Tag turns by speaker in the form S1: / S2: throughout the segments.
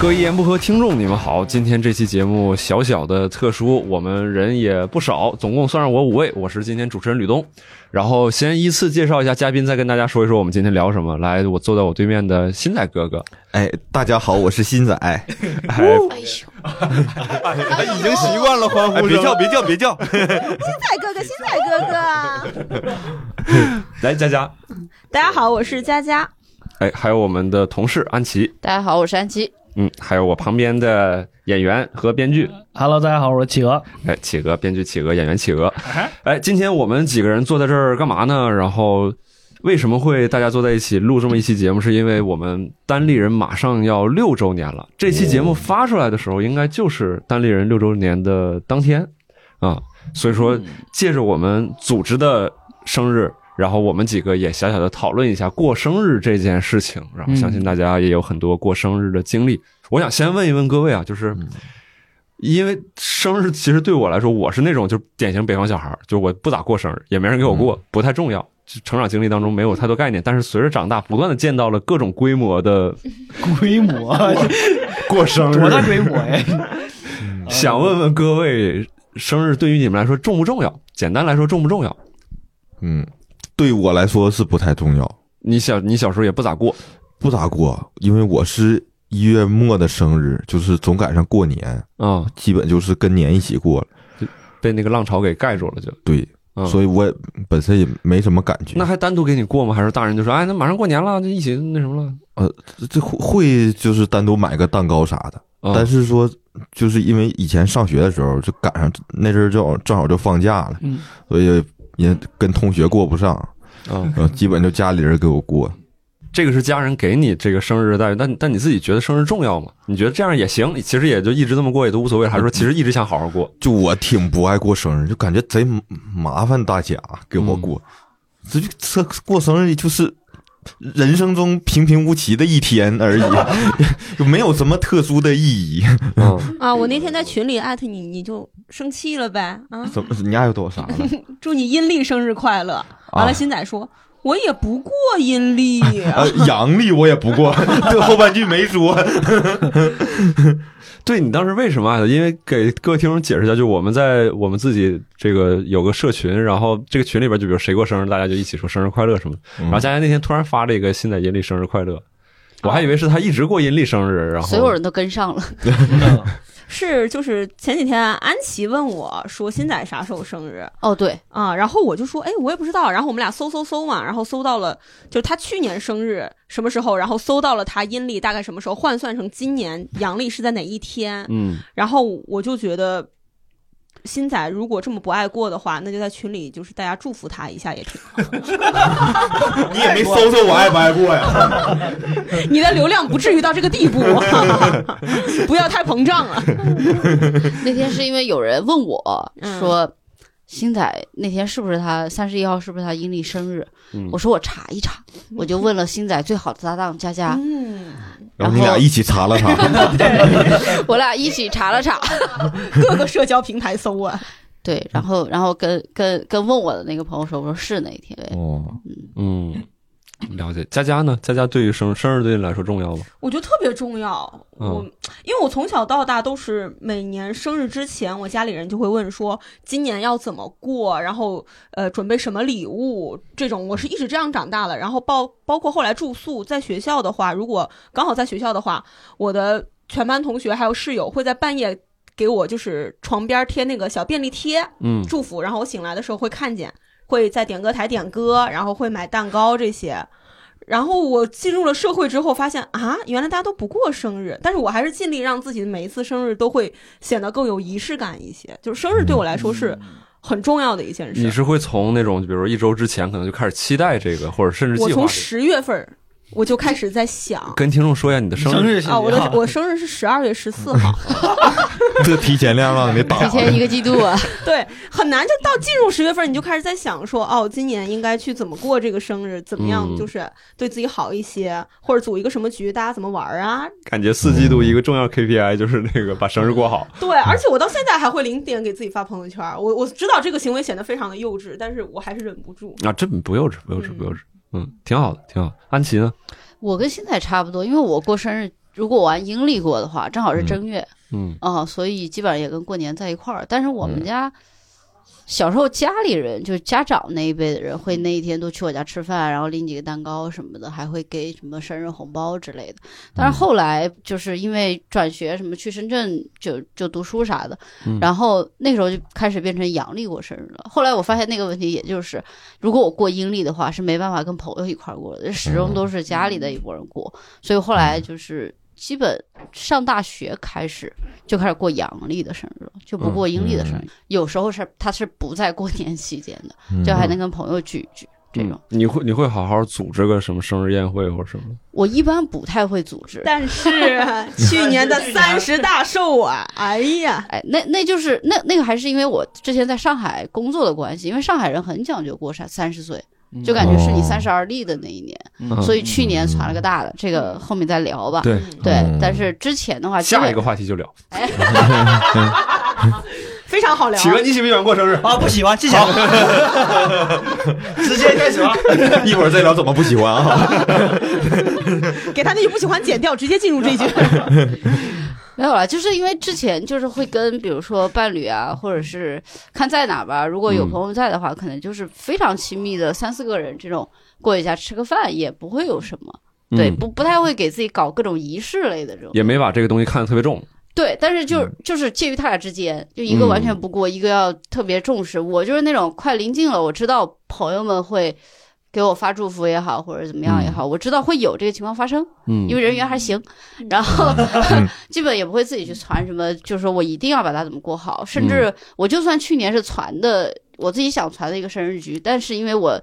S1: 各位一言不合听众，你们好！今天这期节目小小的特殊，我们人也不少，总共算上我五位，我是今天主持人吕东。然后先依次介绍一下嘉宾，再跟大家说一说我们今天聊什么。来，我坐在我对面的新仔哥哥，
S2: 哎，大家好，我是新仔。哎，
S3: 哎呦，
S4: 哎
S2: 他已经习惯了欢呼哎声。别叫，别叫，别叫！
S4: 新仔哥哥，新仔哥啊哥，
S1: 来佳佳，
S4: 大家好，我是佳佳。
S1: 哎，还有我们的同事安琪，
S3: 大家好，我是安琪。
S1: 嗯，还有我旁边的演员和编剧，
S5: Hello，大家好，我是企鹅。
S1: 哎，企鹅编剧企鹅演员企鹅，哎，今天我们几个人坐在这儿干嘛呢？然后为什么会大家坐在一起录这么一期节目？是因为我们单立人马上要六周年了，这期节目发出来的时候，应该就是单立人六周年的当天啊，所以说借着我们组织的生日。然后我们几个也小小的讨论一下过生日这件事情，然后相信大家也有很多过生日的经历。我想先问一问各位啊，就是因为生日其实对我来说，我是那种就是典型北方小孩儿，就我不咋过生日，也没人给我过，不太重要。就成长经历当中没有太多概念，但是随着长大，不断的见到了各种规模的。
S5: 规模 啊
S2: 过生嗯
S5: 多大规模呀？
S1: 想问问各位，生日对于你们来说重不重要？简单来说重不重要？
S2: 嗯，对我来说是不太重要，
S1: 你小你小时候也不咋过，
S2: 不咋过，因为我是一月末的生日，就是总赶上过年，
S1: 啊、
S2: 基本就是跟年一起过了。
S1: 被那个浪潮给盖住了就。
S2: 对，
S1: 嗯
S2: 所以我本身也没什么感觉。
S1: 那还单独给你过吗？还是大人就说，哎，那马上过年了，就一起那什么了？
S2: 这这会会就是单独买个蛋糕啥的，
S1: 啊
S2: 但是说就是因为以前上学的时候就赶上那阵儿正好正好就放假了，
S5: 嗯
S2: 所以也跟同学过不上，
S1: 啊，
S2: 呃，基本就家里人给我过。
S1: 这个是家人给你这个生日的待遇，但但你自己觉得生日重要吗？你觉得这样也行，其实也就一直这么过也都无所谓，还是说其实一直想好好过？
S2: 就我挺不爱过生日，就感觉贼麻麻烦大家给我过，这就这过生日就是人生中平平无奇的一天而已，就没有什么特殊的意义。
S1: 嗯，
S4: 啊，我那天在群里艾特你，你就生气了呗？啊，
S2: 怎么你爱我啥了？
S4: 祝你阴历生日快乐。完了，新仔说，我也不过阴历。
S2: 呃，阳历我也不过，这后半句没说。
S1: 对你当时为什么爱他？因为给各位听众解释一下，就我们在我们自己这个有个社群，然后这个群里边就比如谁过生日，大家就一起说生日快乐什么的。
S2: 嗯
S1: 然后佳佳那天突然发了一个新的阴历生日快乐，我还以为是他一直过阴历生日，然后
S3: 所有人都跟 上了，
S5: 嗯
S4: 是，就是前几天安琪问我说，新仔啥时候生日？
S3: 哦，对，
S4: 啊，然后我就说，哎，我也不知道。然后我们俩搜搜搜嘛，然后搜到了，就是他去年生日什么时候，然后搜到了他阴历大概什么时候，换算成今年阳历是在哪一天。
S1: 嗯，
S4: 然后我就觉得，新仔如果这么不爱过的话，那就在群里就是大家祝福他一下也挺好。
S2: 你也没搜搜我爱不爱过呀？
S4: 你的流量不至于到这个地步， 不要太膨胀了。
S3: 那天是因为有人问我
S4: 嗯
S3: 说，星仔那天是不是他三十一号是不是他阴历生日
S1: 嗯？
S3: 我说我查一查，我就问了星仔最好的搭档佳佳，
S4: 嗯，
S2: 然后你俩一起查了查，
S3: 我俩一起查了查，
S4: 各个社交平台搜啊，
S3: 对，然后
S1: 嗯
S3: 然后跟跟跟问我的那个朋友说，我说是那一天，
S2: 哦，
S1: 嗯，了解。佳佳呢？佳佳对于生生日对你来说重要吗？
S4: 我觉得特别重要。
S1: 嗯
S4: 我因为我从小到大都是每年生日之前，我家里人就会问说今年要怎么过，然后呃准备什么礼物这种，我是一直这样长大的。然后包包括后来住宿，在学校的话，如果刚好在学校的话，我的全班同学还有室友会在半夜。给我就是床边贴那个小便利贴，
S1: 嗯
S4: 祝福，然后我醒来的时候会看见，会在点歌台点歌，然后会买蛋糕这些。然后我进入了社会之后，发现啊，原来大家都不过生日，但是我还是尽力让自己每一次生日都会显得更有仪式感一些。就是生日对我来说是很重要的一件
S1: 嗯你
S4: 事。
S1: 是会从那种比如一周之前可能就开始期待这个，或者甚至
S4: 我
S1: 计划
S4: 从
S1: 这个。
S4: 十月份儿我就开始在想
S1: 跟听众说一下你的生
S5: 生
S1: 日，
S5: 日信息
S4: 啊，我的我生日是十二月十四号，
S2: 这提前量让你打
S3: 提
S1: 嗯
S3: 前一个季度啊，
S4: 对，很难就到进入十月份，你就开始在想说，哦，今年应该去怎么过这个生日，怎么样
S1: 嗯
S4: 就是对自己好一些，或者组一个什么局，大家怎么玩儿啊？
S1: 感觉四季度一个重要 KPI 就是那个把生日过好。
S4: 对，而且我到现在还会零点给自己发朋友圈儿，我我知道这个行为显得非常的幼稚，但是我还是忍不住。
S1: 啊，这不嗯幼
S3: 嗯
S1: 稚，不幼稚，不幼稚，嗯，挺好的，挺好。安琪呢？
S3: 我跟星仔差不多，因为我过生日如果我按阴历过的话，正好是
S1: 嗯
S3: 正月
S1: 嗯
S3: 啊、所以基本上也跟过年在一块儿。但是我们
S1: 嗯
S3: 家、小时候家里人，就是家长那一辈的人，
S1: 嗯
S3: 会那一天都去我家吃饭，然后拎几个蛋糕什么的，还会给什么生日红包之类的。但
S1: 嗯
S3: 是后来就是因为转学什么去深圳就就读书啥的，
S1: 嗯
S3: 然后那时候就开始变成阳历过生日了。后来我发现那个问题，也就是如果我过阴历的话，是没办法跟朋友一块儿过的，始终都是家里的一拨人过。所以后来就是基本上大学开始就开始过阳历的生日了，就不过阴历的生日。
S1: 嗯
S3: 有时候是他是不在过年期间的，
S2: 嗯
S3: 就还能跟朋友聚一聚这种。
S1: 嗯你会你会好好组织个什么生日宴会或者什么？
S3: 我一般不太会组织，
S4: 但 是去年的三十大寿啊，哎呀，
S3: 哎，那那就是那那个还是因为我之前在上海工作的关系，因为上海人很讲究过三三十岁，就感觉是你
S2: 哦
S3: 三十而立的那一年，
S1: 嗯
S3: 所以去年传了个大的，这个后面再聊吧。
S1: 对，
S4: 嗯
S3: 对
S2: 嗯
S3: 但是之前的话，基
S1: 下
S3: 本
S1: 一个话题就聊。
S4: 非常好聊。
S1: 企鹅，你喜不喜欢过生日？
S5: 啊，不喜欢，谢谢。直接开始吧。
S2: 一会儿再聊怎么不喜欢啊？
S4: 给他那句不喜欢剪掉，直接进入这一句。
S3: 没有了，就是因为之前就是会跟比如说伴侣啊，或者是看在哪儿吧，如果有
S1: 嗯
S3: 朋友在的话，可能就是非常亲密的三四个人这种过一下吃个饭，也不会有什么。对，
S1: 嗯
S3: 不不太会给自己搞各种仪式类的这种。
S1: 也没把这个东西看得特别重。
S3: 对，但是就、就是介于他俩之间，就一个完全不过，一个要特别重视。我就是那种快临近了，我知道朋友们会给我发祝福也好，或者怎么样也好，我知道会有这个情况发生，
S1: 嗯
S3: 因为人缘还行， 然后基本也不会自己去传什么，就是说我一定要把它怎么过好，甚至我就算去年是传的，我自己想传的一个生日局，但是因为我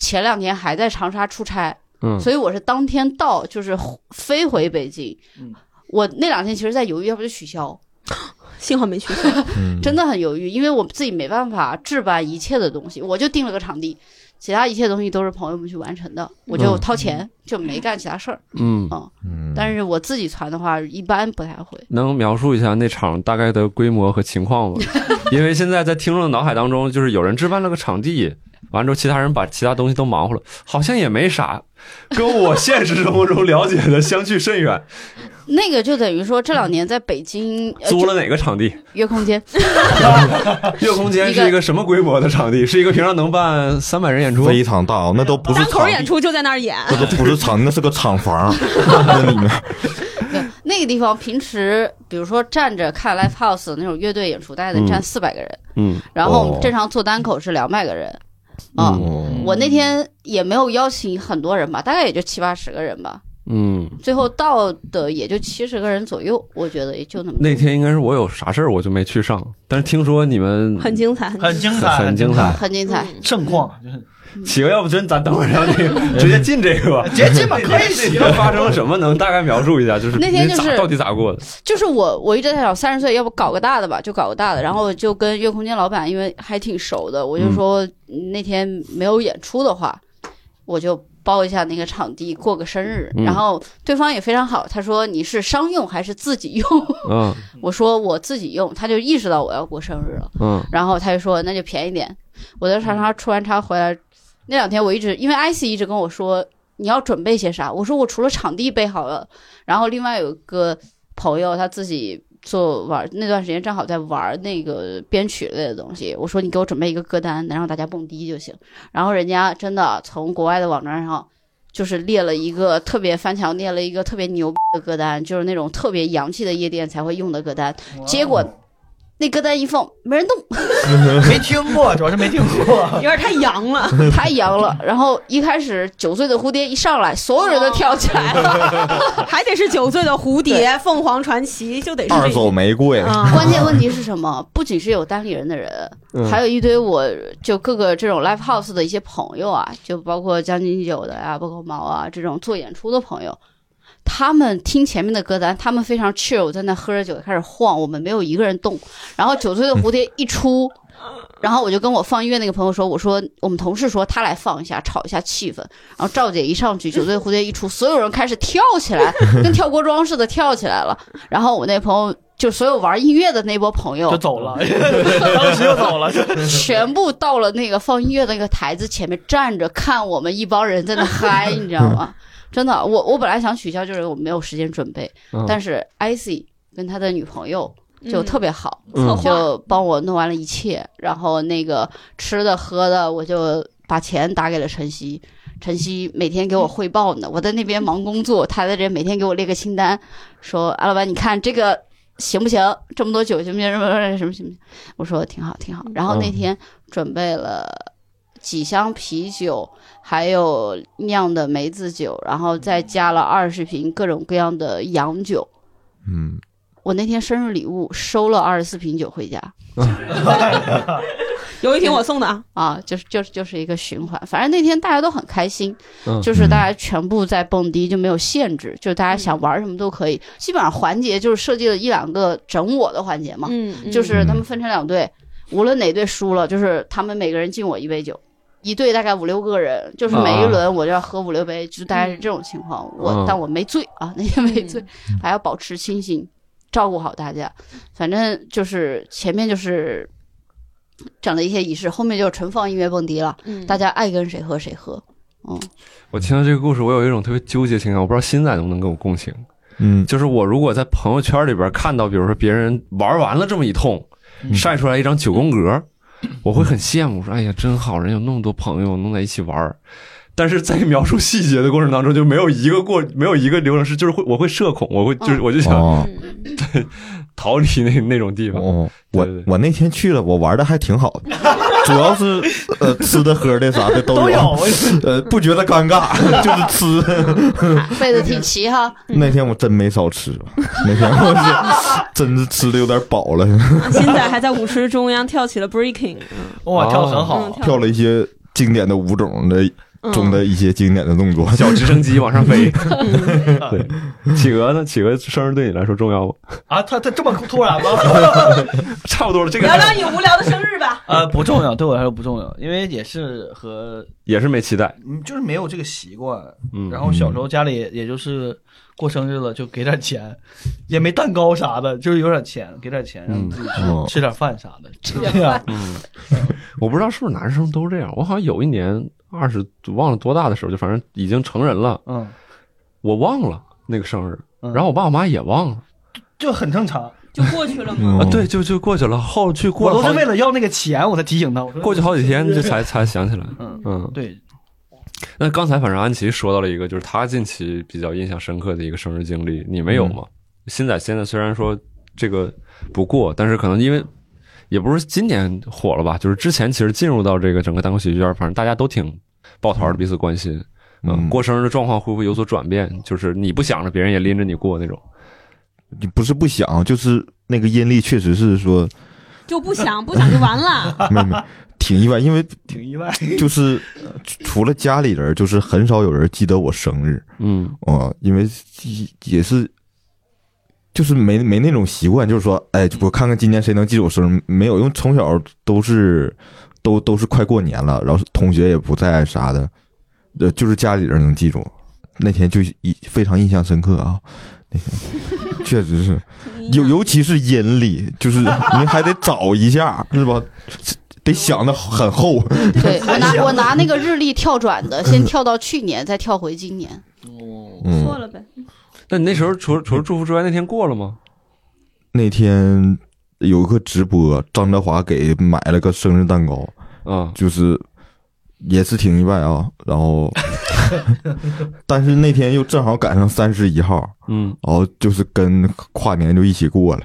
S3: 前两年还在长沙出差，
S1: 嗯
S3: 所以我是当天到，就是飞回北京。
S5: 嗯
S3: 我那两天其实在犹豫，要不就取消，
S4: 幸好没去。
S1: 嗯
S3: 真的很犹豫，因为我自己没办法置办一切的东西，我就定了个场地，其他一切东西都是朋友们去完成的，我就
S1: 嗯
S3: 掏钱，就没干其他事儿。
S1: 嗯，
S2: 嗯
S3: 但是我自己传的话，一般不太会。
S1: 能描述一下那场大概的规模和情况 吗？因为现在在听众的脑海当中，就是有人置办了个场地，完之后其他人把其他东西都忙活了，好像也没啥，跟我现实生活中了解的相去甚 远。
S3: 那个就等于说这两年在北京、呃、
S1: 租
S3: 就
S1: 了哪个场地？
S3: 约空 间，
S1: 月空间
S3: 一个
S1: 是一个什么规模的场地？是一个平常能办三百人演出？
S2: 非常大，那都不是
S4: 单口
S2: 场
S4: 演
S2: 地，嗯
S4: 出就在那儿演，
S2: 那都不是场，那是个厂 房，那里面
S3: 对那个地方平时比如说站着看 live house 那种乐队演出，大概能站四百个人，
S1: 嗯
S3: 然后我
S2: 哦
S3: 们正常做单口是两百个人，啊、
S1: 嗯
S2: 哦
S3: 我那天也没有邀请很多人吧，大概也就七八十个人吧，
S1: 嗯，
S3: 最后到的也就七十个人左右，我觉得也就那么多。
S1: 那天应该是我有啥事儿我就没去上，但是听说你们
S4: 很精彩，
S5: 很精
S1: 很
S5: 彩，
S1: 很精彩。
S3: 很精彩，
S4: 嗯
S5: 盛况，
S1: 企鹅，要不真咱等会儿 聊那个，直接进这个吧。
S5: 直接吧，可 以
S1: 那
S5: 行。
S1: 天发生了什么？能大概描述一下？就是
S3: 那天就是
S1: 您咋到底咋过的？
S3: 就是我我一直在想三十岁要不搞个大的吧，就搞个大的。然后我就跟月空间老板因为还挺熟的，我就说那天没有演出的话，我就包一下那个场地过个生日。
S1: 嗯
S3: 然后对方也非常好，他说你是商用还是自己用？
S1: 嗯
S3: 我说我自己用，他就意识到我要过生日了。
S1: 嗯
S3: 然后他就说那就便宜点。我在长沙出完差回来，那两天我一直因为 IC 一直跟我说你要准备些啥，我说我除了场地备好了，然后另外有一个朋友他自己做玩那段时间正好在玩那个编曲类的东西，我说你给我准备一个歌单，能让大家蹦迪就行。然后人家真的从国外的网站上。就是列了一个特别翻墙，列了一个特别牛逼的歌单，就是那种特别洋气的夜店才会用的歌单。结果那歌单一放，没人动。
S5: 没听过，主要是没听过
S4: 嗯 有。点太洋了。
S3: 太阳了。然后一开始九岁的蝴蝶一上来，所有人都跳起来了。
S4: 还得是九岁的蝴蝶、凤凰传奇，就得是这
S2: 二手玫瑰，
S4: 啊。
S3: 关键问题是什么？不仅是有单立人的人，
S1: 嗯
S3: 还有一堆我就各个这种 live house 的一些朋友啊，就包括将进酒的呀、包括毛啊这种做演出的朋友。他们听前面的歌单，他们非常 chill，在那喝着酒开始晃，我们没有一个人动。然后九岁的蝴蝶一出，然后我就跟我放音乐那个朋友说，我说我们同事说他来放一下，炒一下气氛。然后赵姐一上去，九岁蝴蝶一出，所有人开始跳起来，跟跳锅庄似的跳起来了。然后我那朋友就所有玩音乐的那波朋友
S5: 就走了，当时就走了。
S3: 全部到了那个放音乐的那个台子前面站着看我们一帮人在那嗨，你知道吗？真的，我我本来想取消，就是我没有时间准备，
S1: 嗯
S3: 但是 icy 跟他的女朋友就特别好，
S1: 嗯
S4: 策划，
S3: 就帮我弄完了一切，然后那个吃的喝的，我就把钱打给了晨曦。晨曦每天给我汇报呢，我在那边忙工作，他在这每天给我列个清单，说：“啊，老板，你看这个行不行？这么多酒行不行？什么什么什么？”我说挺好，挺好。然后那天准备了几箱啤酒，还有酿的梅子酒，然后再加了二十瓶各种各样的洋酒。
S2: 嗯，
S3: 我那天生日礼物收了二十四瓶酒回家。
S4: 有一瓶我送的啊，
S3: 啊，就是就是就是一个循环，反正那天大家都很开心，
S1: 嗯
S3: 就是大家全部在蹦迪，就没有限制，就是大家想玩什么都可以。基本上环节就是设计了一两个整我的环节嘛，
S4: 嗯
S3: 就是他们分成两队，无论哪队输了，就是他们每个人敬我一杯酒，一队大概五六个人，就是每一轮我就要喝五六杯，就大概是这种情况。
S1: 啊嗯
S3: 我但我没醉啊，那天
S4: 嗯
S3: 没醉，还要保持清醒，照顾好大家。反正就是前面就是整了一些仪式，后面就纯放音乐蹦迪了，
S4: 嗯
S3: 大家爱跟谁喝谁 喝。嗯，
S1: 我听到这个故事，我有一种特别纠结情感，我不知道新仔能不能跟我共情。
S2: 嗯，
S1: 就是我如果在朋友圈里边看到，比如说别人玩完了这么一通，晒出来一张九宫格，我会很羡慕，说哎呀真好，人有那么多朋友弄在一起玩儿。但是在描述细节的过程当中，就没有一个过，没有一个流程是，就是会我会社恐，我会
S3: 嗯
S1: 就是我 就想
S2: 哦
S4: 嗯
S1: 逃离那那种地方。
S2: 哦，
S1: 对
S2: 我
S1: 对对
S2: 我那天去了，我玩的还挺好的， 主要是呃吃的喝的啥的
S5: 都
S2: 都
S5: 有，
S2: 呃不觉得尴尬， 就是吃。
S3: 背的挺齐哈，
S1: 嗯
S2: 那天我真没少吃，那天 我是真是吃的有点饱了，
S4: 啊现在还在舞池中央跳起了 breaking，
S5: 哇，跳得很
S4: 嗯，
S5: 好，
S2: 跳了一些经典的舞种的中的一些经典的动作。
S1: 小直升机往上飞。对，企鹅呢？企鹅生日对你来说重要吗？
S5: 啊！他他这么突然吗？
S1: 差不多了，这个
S4: 聊聊你无聊的生日吧。
S5: 呃，不重要，对我来说不重要，因为也是和
S1: 也是没期待。
S5: 嗯就是没有这个习惯。
S1: 嗯，
S5: 然后小时候家里也就是过生日了就给点钱，也没蛋糕啥的，就是有点钱，给点钱让自己
S2: 哦，
S5: 吃点饭啥的。这样
S1: 嗯 我不知道是不是男生都这样。我好像有一年二十忘了多大的时候，就反正已经成人了，
S5: 嗯，
S1: 我忘了那个生日，
S5: 嗯
S1: 然后我爸我妈也忘了
S5: 就很正常。
S4: 就过去了
S2: 嗯
S4: 吗？
S1: 啊，对，就就过去了。后去过
S5: 我
S1: 了
S5: 都
S1: 好
S5: 是为了要那个钱，我才提醒他。我说
S1: 过去好几天，这才才想起来。
S5: 嗯，
S1: 嗯，
S5: 对，
S1: 那刚才反正安琪说到了一个，就是他近期比较印象深刻的一个生日经历，你没有吗？新仔现在虽然说这个不过，但是可能因为也不是今年火了吧，就是之前其实进入到这个整个单口喜剧圈，反正大家都挺抱团的，彼此关心。
S2: 嗯，
S1: 过生日的状况会不会有所转变？就是你不想着，别人也拎着你过那种。
S2: 嗯你不是不想，就是那个阴历确实是说
S4: 就不想不想就 完了。
S2: 妹妹挺意外，因为
S5: 挺意外。
S2: 就是呃除了家里人，就是很少有人记得我生日
S1: 嗯
S2: 啊、哦因为也是。就是没没那种习惯，就是说，哎，我看看今年谁能记住我生日，没有，因为从小都是都都是快过年了，然后同学也不在啥的，呃，就是家里人能记住。那天就一非常印象深刻啊，那天确实是，尤尤其是阴历，就是您还得找一下，是吧？得想的很厚，
S3: 对我拿我拿那个日历跳转 的，先跳到去年，再跳回今年。
S5: 哦，
S2: 嗯，
S4: 错了呗，
S1: 那你那时候除了除了祝福之外，那天过了吗？
S2: 那天有一个直播，张德华给买了个生日蛋糕，
S1: 啊、
S2: 就是也是挺意外啊。然后， 但是那天又正好赶上三十一号，
S1: 嗯
S2: 然后就是跟跨年就一起过了。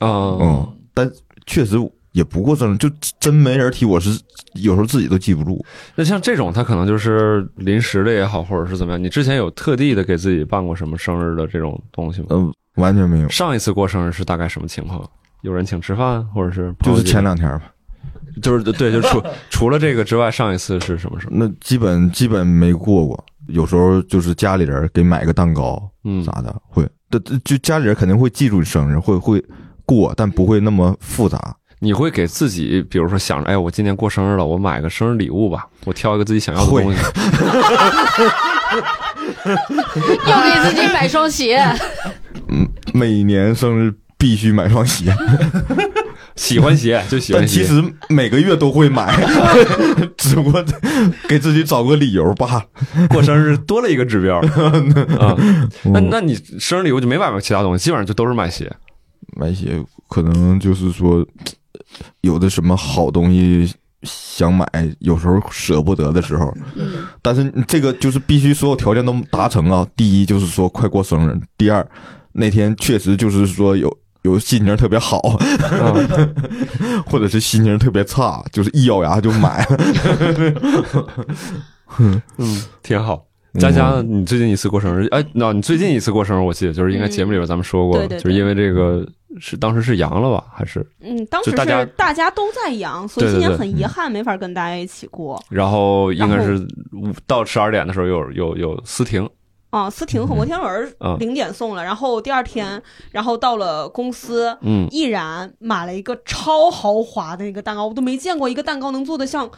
S1: 啊、
S2: 嗯，但确实也不过生日，就真没人提，我是有时候自己都记不住。
S1: 那像这种，他可能就是临时的也好，或者是怎么样。你之前有特地的给自己办过什么生日的这种东西吗？
S2: 嗯、完全没有，
S1: 上一次过生日是大概什么情况？有人请吃饭，或者是朋
S2: 就
S1: 友
S2: 是
S1: 聚
S2: 前两天吧。
S1: 就是对，就是除 除了这个之外，上一次是什么时候？
S2: 那基本基本没过过，有时候就是家里人给买个蛋糕
S1: 嗯
S2: 啥的，会，这这就家里人肯定会记住你生日，会会过，但不会那么复杂。
S1: 你会给自己，比如说想着，哎，我今年过生日了，我买个生日礼物吧，我挑一个自己想要的
S2: 会
S1: 东西。
S3: 又给自己买双鞋，
S2: 嗯，每年生日必须买双鞋，
S1: 喜欢鞋就喜
S2: 但
S1: 欢
S2: 其
S1: 鞋。
S2: 实每个月都会买， 只不过给自己找个理由罢了。
S1: 过生日多了一个指 标啊。
S2: 嗯
S1: 那那你生日礼物就没买过其他东西，基本上就都是买鞋。
S2: 买鞋可能就是说，有的什么好东西想买，有时候舍不得的时候，
S3: 嗯，
S2: 但是这个就是必须所有条件都达成啊。第一就是说快过生日，第二那天确实就是说有有心情特别好，
S1: 嗯
S2: 或者是心情特别差，就是一咬牙就买。
S1: 嗯，挺好。佳佳，你最近一次过生日，哎，那你最近一次过生日，我记得就是应该节目里边咱们说过，
S4: 嗯对对对
S1: 就是因为这个是当时是阳了吧，还是
S4: 嗯，当
S1: 就
S4: 时
S1: 大家
S4: 是大家都在阳，所以
S1: 对
S4: 今
S1: 对
S4: 年
S1: 对
S4: 很遗憾没法跟大家一起过
S1: 然后应该
S4: 然
S1: 是五到十二点的时候有有有私停，
S4: 啊。思婷和摩天轮儿
S1: 嗯
S4: 零点送了，然后第二天，然后到了公司，
S1: 嗯，
S4: 毅然买了一个超豪华的一个蛋糕，我都没见过一个蛋糕能做的像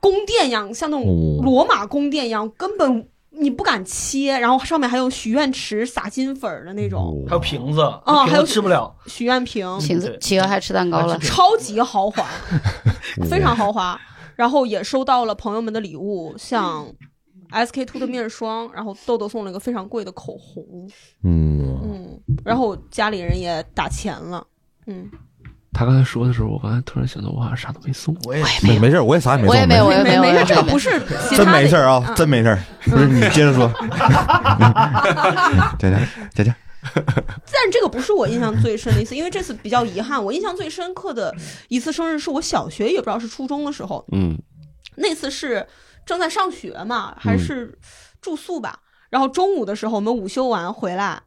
S4: 宫殿一样，像那种
S2: 哦
S4: 罗马宫殿一样，根本你不敢切。然后上面还有许愿池撒金粉儿的那种
S5: 还有瓶子，
S4: 哦
S5: 瓶子
S4: 还有
S5: 吃不了，
S4: 许愿瓶，
S3: 请
S5: 对
S3: 企鹅还吃蛋糕了
S5: 啊，
S4: 超级豪华，非常豪华。然后也收到了朋友们的礼物，像 SK two 的面霜，然后豆豆送了一个非常贵的口红，
S2: 嗯，
S4: 嗯，然后家里人也打钱了，嗯，
S1: 他刚才说的时候，我刚才突然想到，我好像啥都没送。
S5: 我也
S4: 哎
S2: 没没事儿，我也啥也没
S3: 我也
S2: 送，
S3: 没有，我
S2: 事
S3: 也没有，
S4: 没
S3: 我也
S4: 事，这个
S3: 没有
S4: 不是其
S2: 真
S4: 他的嗯
S2: 没事儿啊，真没事儿。不是你接着说，佳佳佳佳，
S4: 但是这个不是我印象最深的一次，因为这次比较遗憾。我印象最深刻的一次生日是我小学，也不知道是初中的时候，
S1: 嗯，
S4: 那次是正在上学嘛，还是住宿吧。然后中午的时候，我们午休完回来，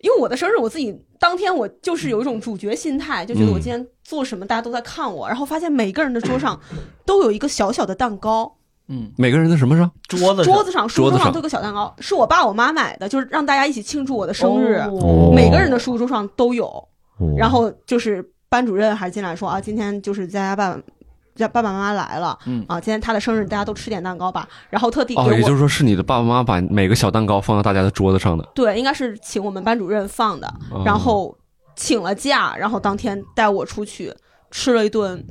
S4: 因为我的生日，我自己当天我就是有一种主角心态，就觉得我今天做什么大家都在看我，然后发现每个人的桌上都有一个小小的蛋糕，
S5: 嗯，
S1: 每个人的什么上？
S5: 桌子
S4: 桌子上、书
S1: 桌
S4: 桌
S1: 子上
S4: 上都有个小蛋糕，是我爸我妈买的，就是让大家一起庆祝我的生日。
S2: 哦
S4: 每个人的书桌上都有，
S1: 嗯
S2: 哦
S4: 然后就是班主任还进来说啊，今天就是佳佳爸爸。家爸爸妈妈来了，
S5: 嗯
S4: 啊，今天他的生日，大家都吃点蛋糕吧。然后特地给我，
S1: 哦，也就是说是你的爸爸妈妈把每个小蛋糕放到大家的桌子上的，
S4: 对，应该是请我们班主任放的，
S1: 哦
S4: 然后请了假，然后当天带我出去吃了一顿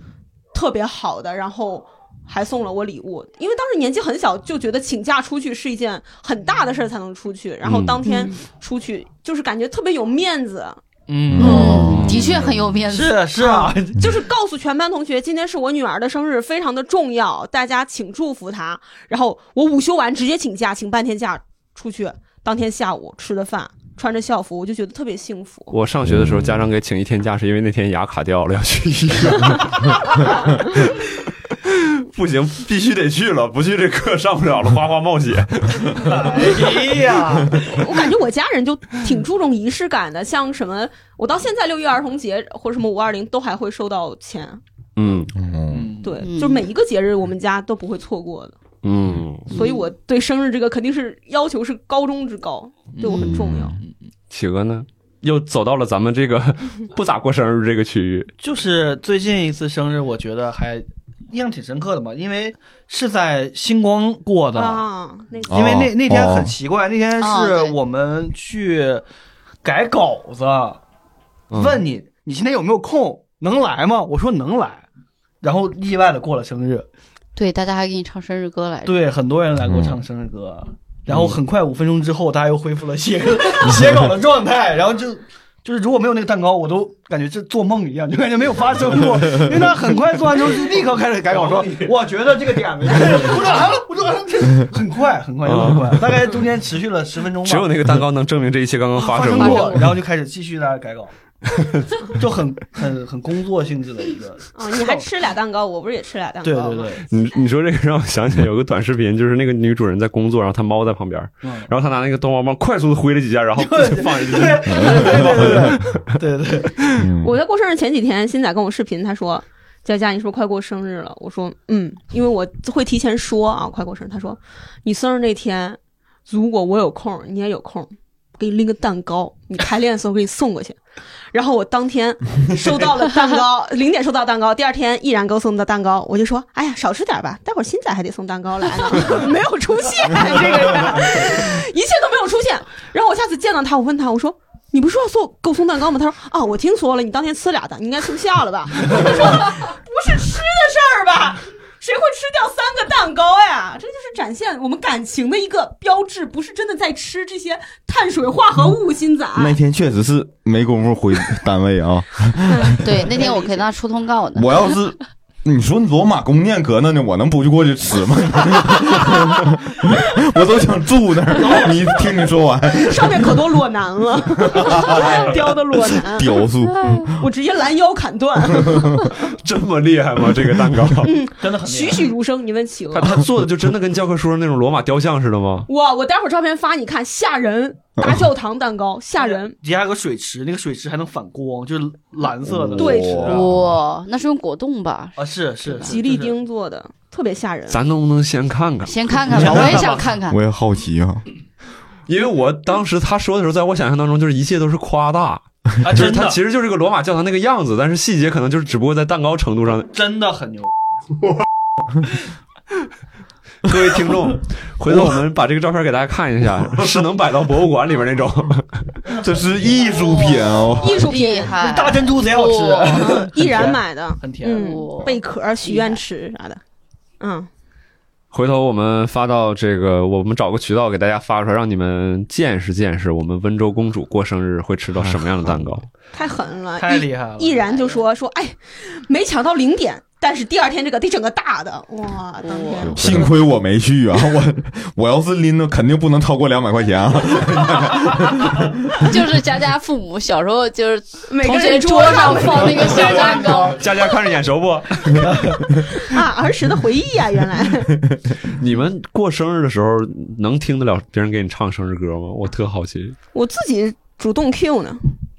S4: 特别好的，然后还送了我礼物。因为当时年纪很小，就觉得请假出去是一件很大的事儿才能出去，然后
S1: 嗯
S4: 当天出去就是感觉特别有面子，
S5: 嗯，
S3: 嗯，的确很有面子。
S5: 是 是啊，
S4: 就是告诉全班同学，今天是我女儿的生日，非常的重要，大家请祝福她。然后我午休完直接请假，请半天假出去，当天下午吃的饭，穿着校服，我就觉得特别幸福。
S1: 我上学的时候，家长给请一天假，是因为那天牙卡掉了，要去医院。 不行，必须得去了，不去这课上不了了，花花冒血。
S5: 哎呀，
S4: 我感觉我家人就挺注重仪式感的，像什么，我到现在六一儿童节或者什么五二零都还会收到钱，
S1: 嗯
S2: 嗯，
S5: 嗯，
S4: 对，
S3: 嗯
S4: 就是每一个节日我们家都不会错过的，
S1: 嗯，
S4: 所以我对生日这个肯定是要求是高中之高，对我很重要。
S1: 企鹅呢，又走到了咱们这个不咋过生日这个区域。
S5: 就是最近一次生日，我觉得还印象挺深刻的嘛，因为是在星光过的，
S4: 啊，那个
S5: 因为那
S2: 哦
S5: 那天
S2: 哦
S5: 很奇怪，那天
S3: 哦
S5: 是
S3: 对
S5: 我们去改稿子，
S1: 嗯
S5: 问你你今天有没有空，能来吗？我说能来，然后意外的过了生日，
S3: 对，大家还给你唱生日歌来着。
S5: 对，很多人来给我唱生日歌，然后很快五分钟之后，大家又恢复了写写稿的状态，然后就。就是如果没有那个蛋糕，我都感觉这做梦一样，就感觉没有发生过。因为他很快做完之后，就立刻开始改稿，说我觉得这个点没对，我说啊，我说啊，这很快，很快，又很快，大概中间持续了十分钟吧。
S1: 只有那个蛋糕能证明这一切刚刚发生
S5: 哦生
S1: 过。
S5: 然后就开始继续在改稿，就很很很工作性质的一个。
S4: 啊，你还吃俩蛋糕，我不是也吃俩蛋糕
S5: 对
S4: 吗？
S5: 对对，
S1: 你你说这个让我想起来有个短视频，就是那个女主人在工作，然后她猫在旁边，
S5: 嗯，
S1: 然后她拿那个逗猫棒快速的挥了几下， 然后就放进去。
S5: 对对对对对，
S4: 我在过生日前几天，新仔跟我视频，他说：“佳佳，你是不是快过生日了？”我说：“嗯，因为我会提前说啊，快过生日。”他说：“你生日那天，如果我有空，你也有空，我给你拎个蛋糕，你排练的时候给你送过去。”然后我当天收到了蛋糕，零点收到蛋糕，第二天毅然给我送的蛋糕，我就说：“哎呀，少吃点吧，待会儿新仔还得送蛋糕来呢。”没有出现这个人，一切都没有出现。然后我下次见到他，我问他，我说：“你不是说要送给我送蛋糕吗？他说啊，我听说了，你当天吃俩蛋，你应该吃不下了吧？ 我说不是吃的事儿吧？谁会吃掉三个蛋糕呀？这就是展现我们感情的一个标志，不是真的在吃这些碳水化合物，新仔。
S2: 那天确实是没工夫回单位啊。
S3: 对，那天我给他出通告呢。
S2: 我要是你说罗马宫殿搁那呢，我能不就过去吃吗？ 我都想住那儿。你听你说完，
S4: 上面可多裸男了， 雕的裸男，
S2: 雕塑
S4: 我直接拦腰砍 断，
S1: 这么厉害吗？这个蛋 糕，
S5: 真的很厉害
S4: 栩栩如生。你问企鹅
S1: 他，他做的就真的跟教科书上那种罗马雕像似的吗？
S4: 哇，我待会儿照片发你看，吓人！大教堂蛋 糕吓
S3: 哎
S4: 人，
S5: 底下有个水池，那个水池还能反光，就是蓝色
S1: 嗯
S5: 的。
S4: 对
S5: 是
S3: 哇、
S5: 啊
S3: 那是用果冻吧？
S5: 啊，是是是
S4: 吉利，丁做的，特别吓人。
S1: 咱能不能先看看？
S3: 先看看吧，我也想看看。
S2: 我也好奇啊。
S1: 因为我当时他说的时候，在我想象当中就是一切都是夸大，就是
S5: 就是啊，真
S1: 他
S5: 的
S1: 其实就是个罗马教堂那个样子，但是细节可能就是只不过在蛋糕程度上。
S5: 真的很牛。
S1: 各位听 众，回头我们把这个照片给大家看一下，是能摆到博物馆里面那种。
S2: 这是艺术品啊！
S4: 艺术
S3: 厉
S4: 品
S3: 害，
S5: 大珍珠贼好吃，
S4: 嗯易燃买 的，
S5: 很甜。
S4: 嗯，贝壳许愿池啥的，嗯，
S1: 回头我们发到这个，我们找个渠道给大家发出来，让你们见识见识我们温州公主过生日会吃到什么样的蛋糕。
S4: 太狠了，
S5: 太
S4: 易
S5: 厉害了！
S4: 易然就说说，哎，没抢到零点，但是第二天这个得整个大的，哇，当天
S3: 哇
S2: 幸亏我没去啊！我我要是拎着，肯定不能超过两百块钱啊！
S3: 就是佳佳父母小时候就是
S4: 每个
S3: 同
S4: 人
S3: 学桌
S4: 上
S3: 上放那个小蛋糕，
S1: 佳佳看着眼熟不？
S4: 啊，儿时的回忆啊，原来
S1: 你们过生日的时候能听得了别人给你唱生日歌吗？我特好奇。
S4: 我自己主动 Q 呢。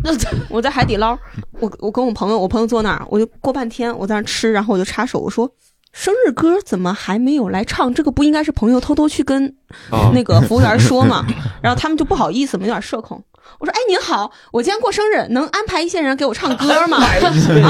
S4: 我在海底捞，我我跟我朋友，我朋友坐那儿，我就过半天，我在那儿吃，然后我就插手，我说生日歌怎么还没有来唱？这个不应该是朋友偷偷去跟
S1: 啊
S4: 那个服务员说嘛？然后他们就不好意思嘛，有点社恐。我说：“哎，您好，我今天过生日，能安排一些人给我唱歌吗？”啊，他说：“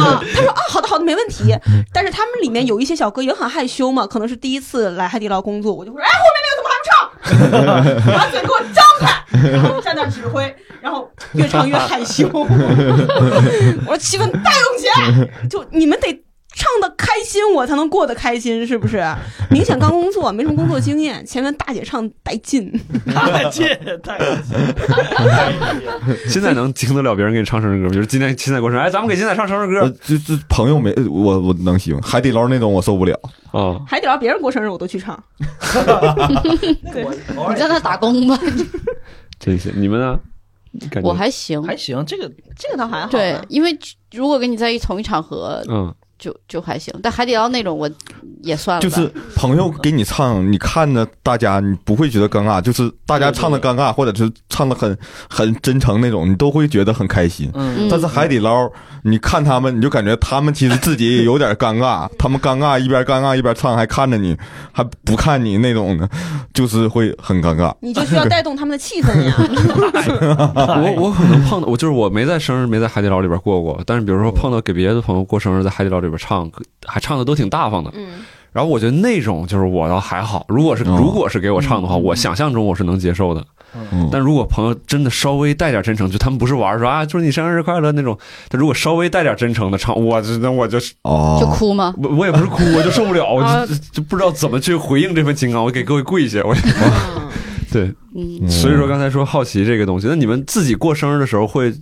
S4: 啊，好的，好的，没问题。”但是他们里面有一些小哥也很害羞嘛，可能是第一次来海底捞工作，我就说：“哎，哎后面那个怎么还不唱？把嘴给我张开！”然后站那儿指挥，然后越唱越害羞。我说：“气氛带动起来，就你们得。”唱的开心，我才能过得开心，是不是？ 明显刚工作，没什么工作经验，前面大姐唱带劲，
S5: 太贱，太
S1: 现在能听得了别人给你唱生日歌吗？ 就是今天现在过生日，哎，咱们给现在唱生日
S2: 呃
S1: 歌
S2: 这这朋友没呃我我能行，海底捞那种我受不了。
S3: 呃
S1: 啊！
S4: 海底捞别人过生日我都去唱。 对，
S3: 你在那打工吧？
S1: 真行，你们呢？感觉
S3: 我还行，
S5: 还行，这个
S4: 这个倒还好。
S3: 对，，因为如果跟你在一同一场合，
S1: 嗯，
S3: 就就还行。但海底捞那种我也算了
S2: 就
S3: 吧，
S2: 是朋友给你唱，你看着大家，你不会觉得尴尬，就是大家唱的尴尬，或者是唱的很很真诚那种，你都会觉得很开心。
S5: 嗯
S3: 嗯
S2: 但是海底捞，你看他们，你就感觉他们其实自己也有点尴尬，他们尴尬一边尴尬一边唱，还看着你，还不看你那种的，就是会很尴尬。
S4: 你就需要带动他们的气氛呀。
S3: 哎
S1: 我我可能碰到，我就是我没在生日没在海底捞里边过过，但是比如说碰到给别的朋友过生日，在海底捞里边唱，还唱的都挺大方的。
S4: 嗯，
S1: 然后我觉得那种就是我倒还好，如果是
S2: 哦
S1: 如果是给我唱的
S3: 嗯
S1: 话，我想象中我是能接受的。
S2: 嗯，
S1: 但如果朋友真的稍微带点真诚，就他们不是玩儿说啊，祝你生日快乐那种，他如果稍微带点真诚的唱，我这那我就是
S3: 就
S2: 哦，
S3: 哭吗？
S1: 我我也不是 哭，我就受不了，我
S4: 啊
S1: 就就不知道怎么去回应这份情感，我给各位跪下，我对。
S2: 哦
S3: 嗯，
S1: 所以说刚才说好奇这个东西，那你们自己过生日的时候会，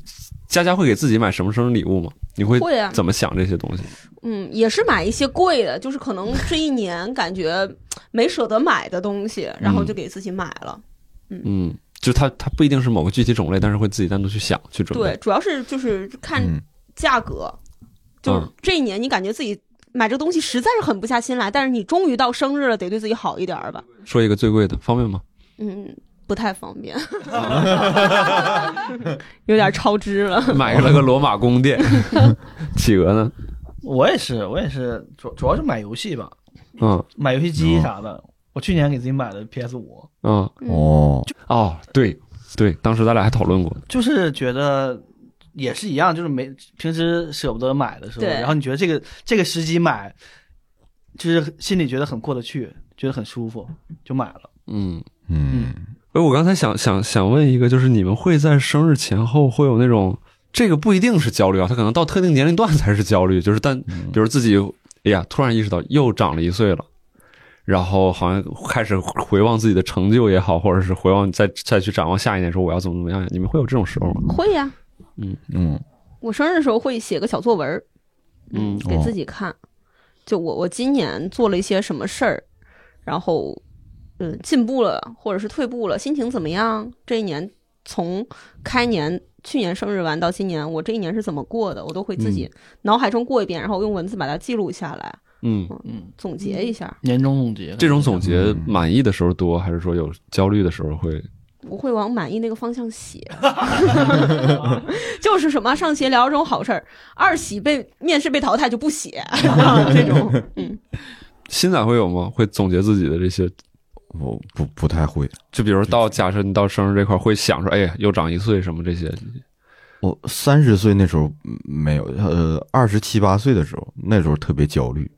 S1: 佳佳会给自己买什么生日礼物吗？你会
S4: 会啊，
S1: 怎么想这些东西？
S4: 嗯，也是买一些贵的，就是可能这一年感觉没舍得买的东西，然后就给自己买了。
S1: 嗯，就它它不一定是某个具体种类，但是会自己单独去想去准备
S4: 对，。主要是就是看
S2: 嗯
S4: 价格，就是
S1: 嗯
S4: 这一年你感觉自己。买这个东西实在是狠不下心来，但是你终于到生日了，得对自己好一点儿吧。
S1: 说一个最贵的，方便 吗？
S4: 嗯，不太方便，有点超支了。
S1: 买了个罗马宫 殿，企鹅呢？
S5: 我也是，我也是，主主要是买游戏吧，
S1: 嗯
S5: 买游戏机啥的。我去年给自己买的 PS 五，
S1: 嗯
S2: 哦，
S1: 哦，对对，当时咱俩还讨论过，
S5: 就是觉得也是一样，就是没平时舍不得买的时候，
S4: 对
S5: 然后你觉得这个这个时机买，就是心里觉得很过得去，觉得很舒服，就买了。
S1: 嗯，
S2: 嗯，
S1: 哎，我刚才想想想问一个，就是你们会在生日前后会有那种，这个不一定是焦虑啊，他可能到特定年龄段才是焦虑，就是但比如自己，哎呀，突然意识到又长了一岁了，然后好像开始回望自己的成就也好，或者是回望再再去展望下一年，说我要怎么怎么样呀？你们会有这种时候吗？
S4: 会呀、
S6: 嗯，
S4: 我生日的时候会写个小作文儿，
S1: 嗯
S4: 给自己看。就我我今年做了一些什么事儿，然后嗯进步了，或者是退步了，心情怎么样？这一年从开年去年生日完到今年，我这一年是怎么过的，我都会自己脑海中过一遍，然后用文字把它记录下来，
S1: 嗯，
S5: 嗯，
S4: 总结一下。
S5: 年终总结
S1: 这种总结满意的时候多，还是说有焦虑的时候会？
S4: 我会往满意那个方向写， 就是什么上学聊这种好事儿，二喜被面试被淘汰就不写 这种，嗯，
S1: 新仔会有吗？会总结自己的这些，
S2: 我不不太会，
S1: 就比如到假设你到生日这块儿会想说，哎呀，又长一岁什么这些，
S2: 我三十岁那时候嗯没有，呃，二十七八岁的时候，那时候特别焦虑，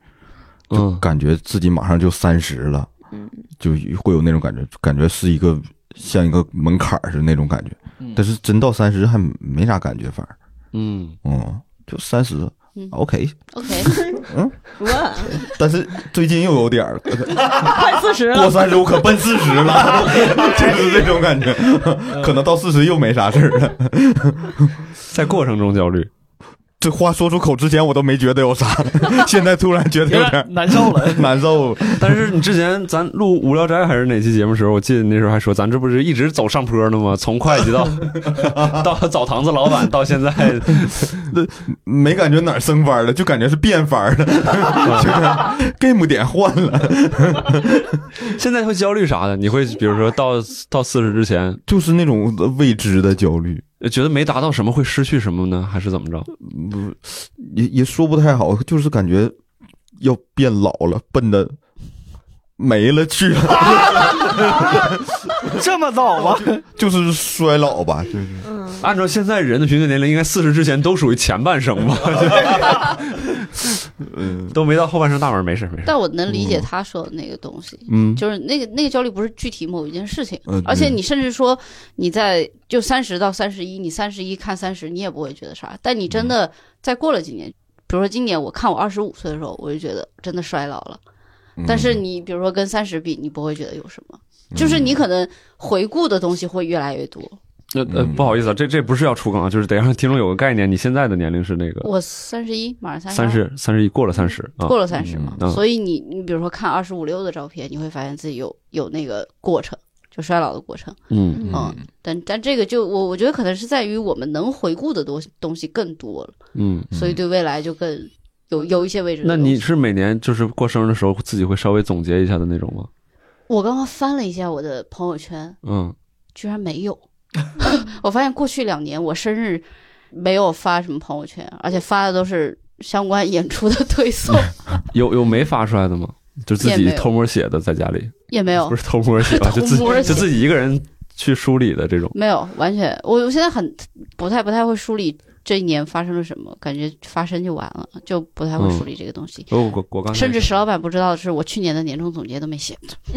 S2: 就
S1: 嗯
S2: 感觉自己马上就三十了，
S4: 嗯，
S2: 就会有那种感觉，感觉是一个像一个门槛儿似的那种感觉
S5: 嗯。
S2: 但是真到三十还没啥感觉，反而，
S1: 嗯，
S2: 嗯，就三十
S3: 嗯
S2: ，OK。
S3: OK，
S4: 哇，
S2: 但是最近又有点儿，
S4: 快四十了
S2: 过，三十我可奔四十了，就是这种感觉。可能到四十又没啥事儿了。
S1: 在过程中焦虑。
S2: 这话说出口之前我都没觉得有啥，现在突然觉得有点儿
S5: 难 受了。
S2: 难受。
S1: 但是你之前咱录《无聊斋》还是哪期节目时候，我记得你那时候还说，咱这不是一直走上坡呢吗？从会计到 到澡堂子老板，到现在，
S2: 没感觉哪儿升班了，就感觉是变番了， 就是 game 点换了，
S1: 现在会焦虑啥的？你会比如说到到四十之前，
S2: 就是那种未知的焦虑，
S1: 呃觉得没达到什么会失去什么呢？还是怎么着？
S2: 也也说不太好，就是感觉要变老了，笨的没了去了，
S5: 这么早吗？
S2: 就是衰老吧，就是
S4: 嗯，
S1: 按照现在人的平均年龄，应该四十之前都属于前半生吧？
S2: 嗯
S1: 都没到后半生大门，没事没事。
S3: 但我能理解
S1: 嗯
S3: 他说的那个东西，
S2: 嗯
S3: 就是那个那个焦虑不是具体某一件事情，
S2: 呃
S3: 而且
S2: 嗯
S3: 你甚至说你在就三十到三十一，你三十一看三十，你也不会觉得啥。但你真的
S1: 嗯
S3: 再过了几年，比如说今年我看我二十五岁的时候，我就觉得真的衰老了。
S2: 嗯
S1: 嗯
S3: 但是你比如说跟三十比，你不会觉得有什么，就是你可能回顾的东西会越来越多。
S1: 那呃，
S2: 嗯
S1: 不好意思啊，这这不是要出梗啊，就是得让听众有个概念，你现在的年龄是那个
S3: 我三十一，马上三
S1: 三十三十一，过了三十啊
S3: 过。了三十嘛，
S1: 嗯
S3: 所以你你比如说看二十五六的照片，你会发现自己有有那个过程，就衰老的过程。
S1: 嗯
S3: 嗯，但但这个就我我觉得可能是在于我们能回顾的东西东西更多了，
S1: 嗯。
S3: 所以对未来就更有有一些未知的
S1: 那
S3: 东西。
S1: 你是每年就是过生日的时候自己会稍微总结一下的那种吗？
S3: 我刚刚翻了一下我的朋友圈，
S1: 嗯，
S3: 居然没有。 我发现过去两年我生日没有发什么朋友圈，而且发的都是相关演出的推 送，
S1: 有有没发出来的吗？就自
S3: 也
S1: 己
S3: 没有
S1: 偷摸写的，在家里
S3: 也没有
S1: 不是偷摸写吧，就自己
S3: 偷摸写
S1: 就自己一个人去梳理的这种。
S3: 没有，完全，我我现在很不太不太会梳理这一年发生了什么，感觉发生就完了，就不太会梳理这个东西。
S1: 我哦我我嗯刚才
S3: 甚至 石老板不知道的是，我去年的年终总结都没写。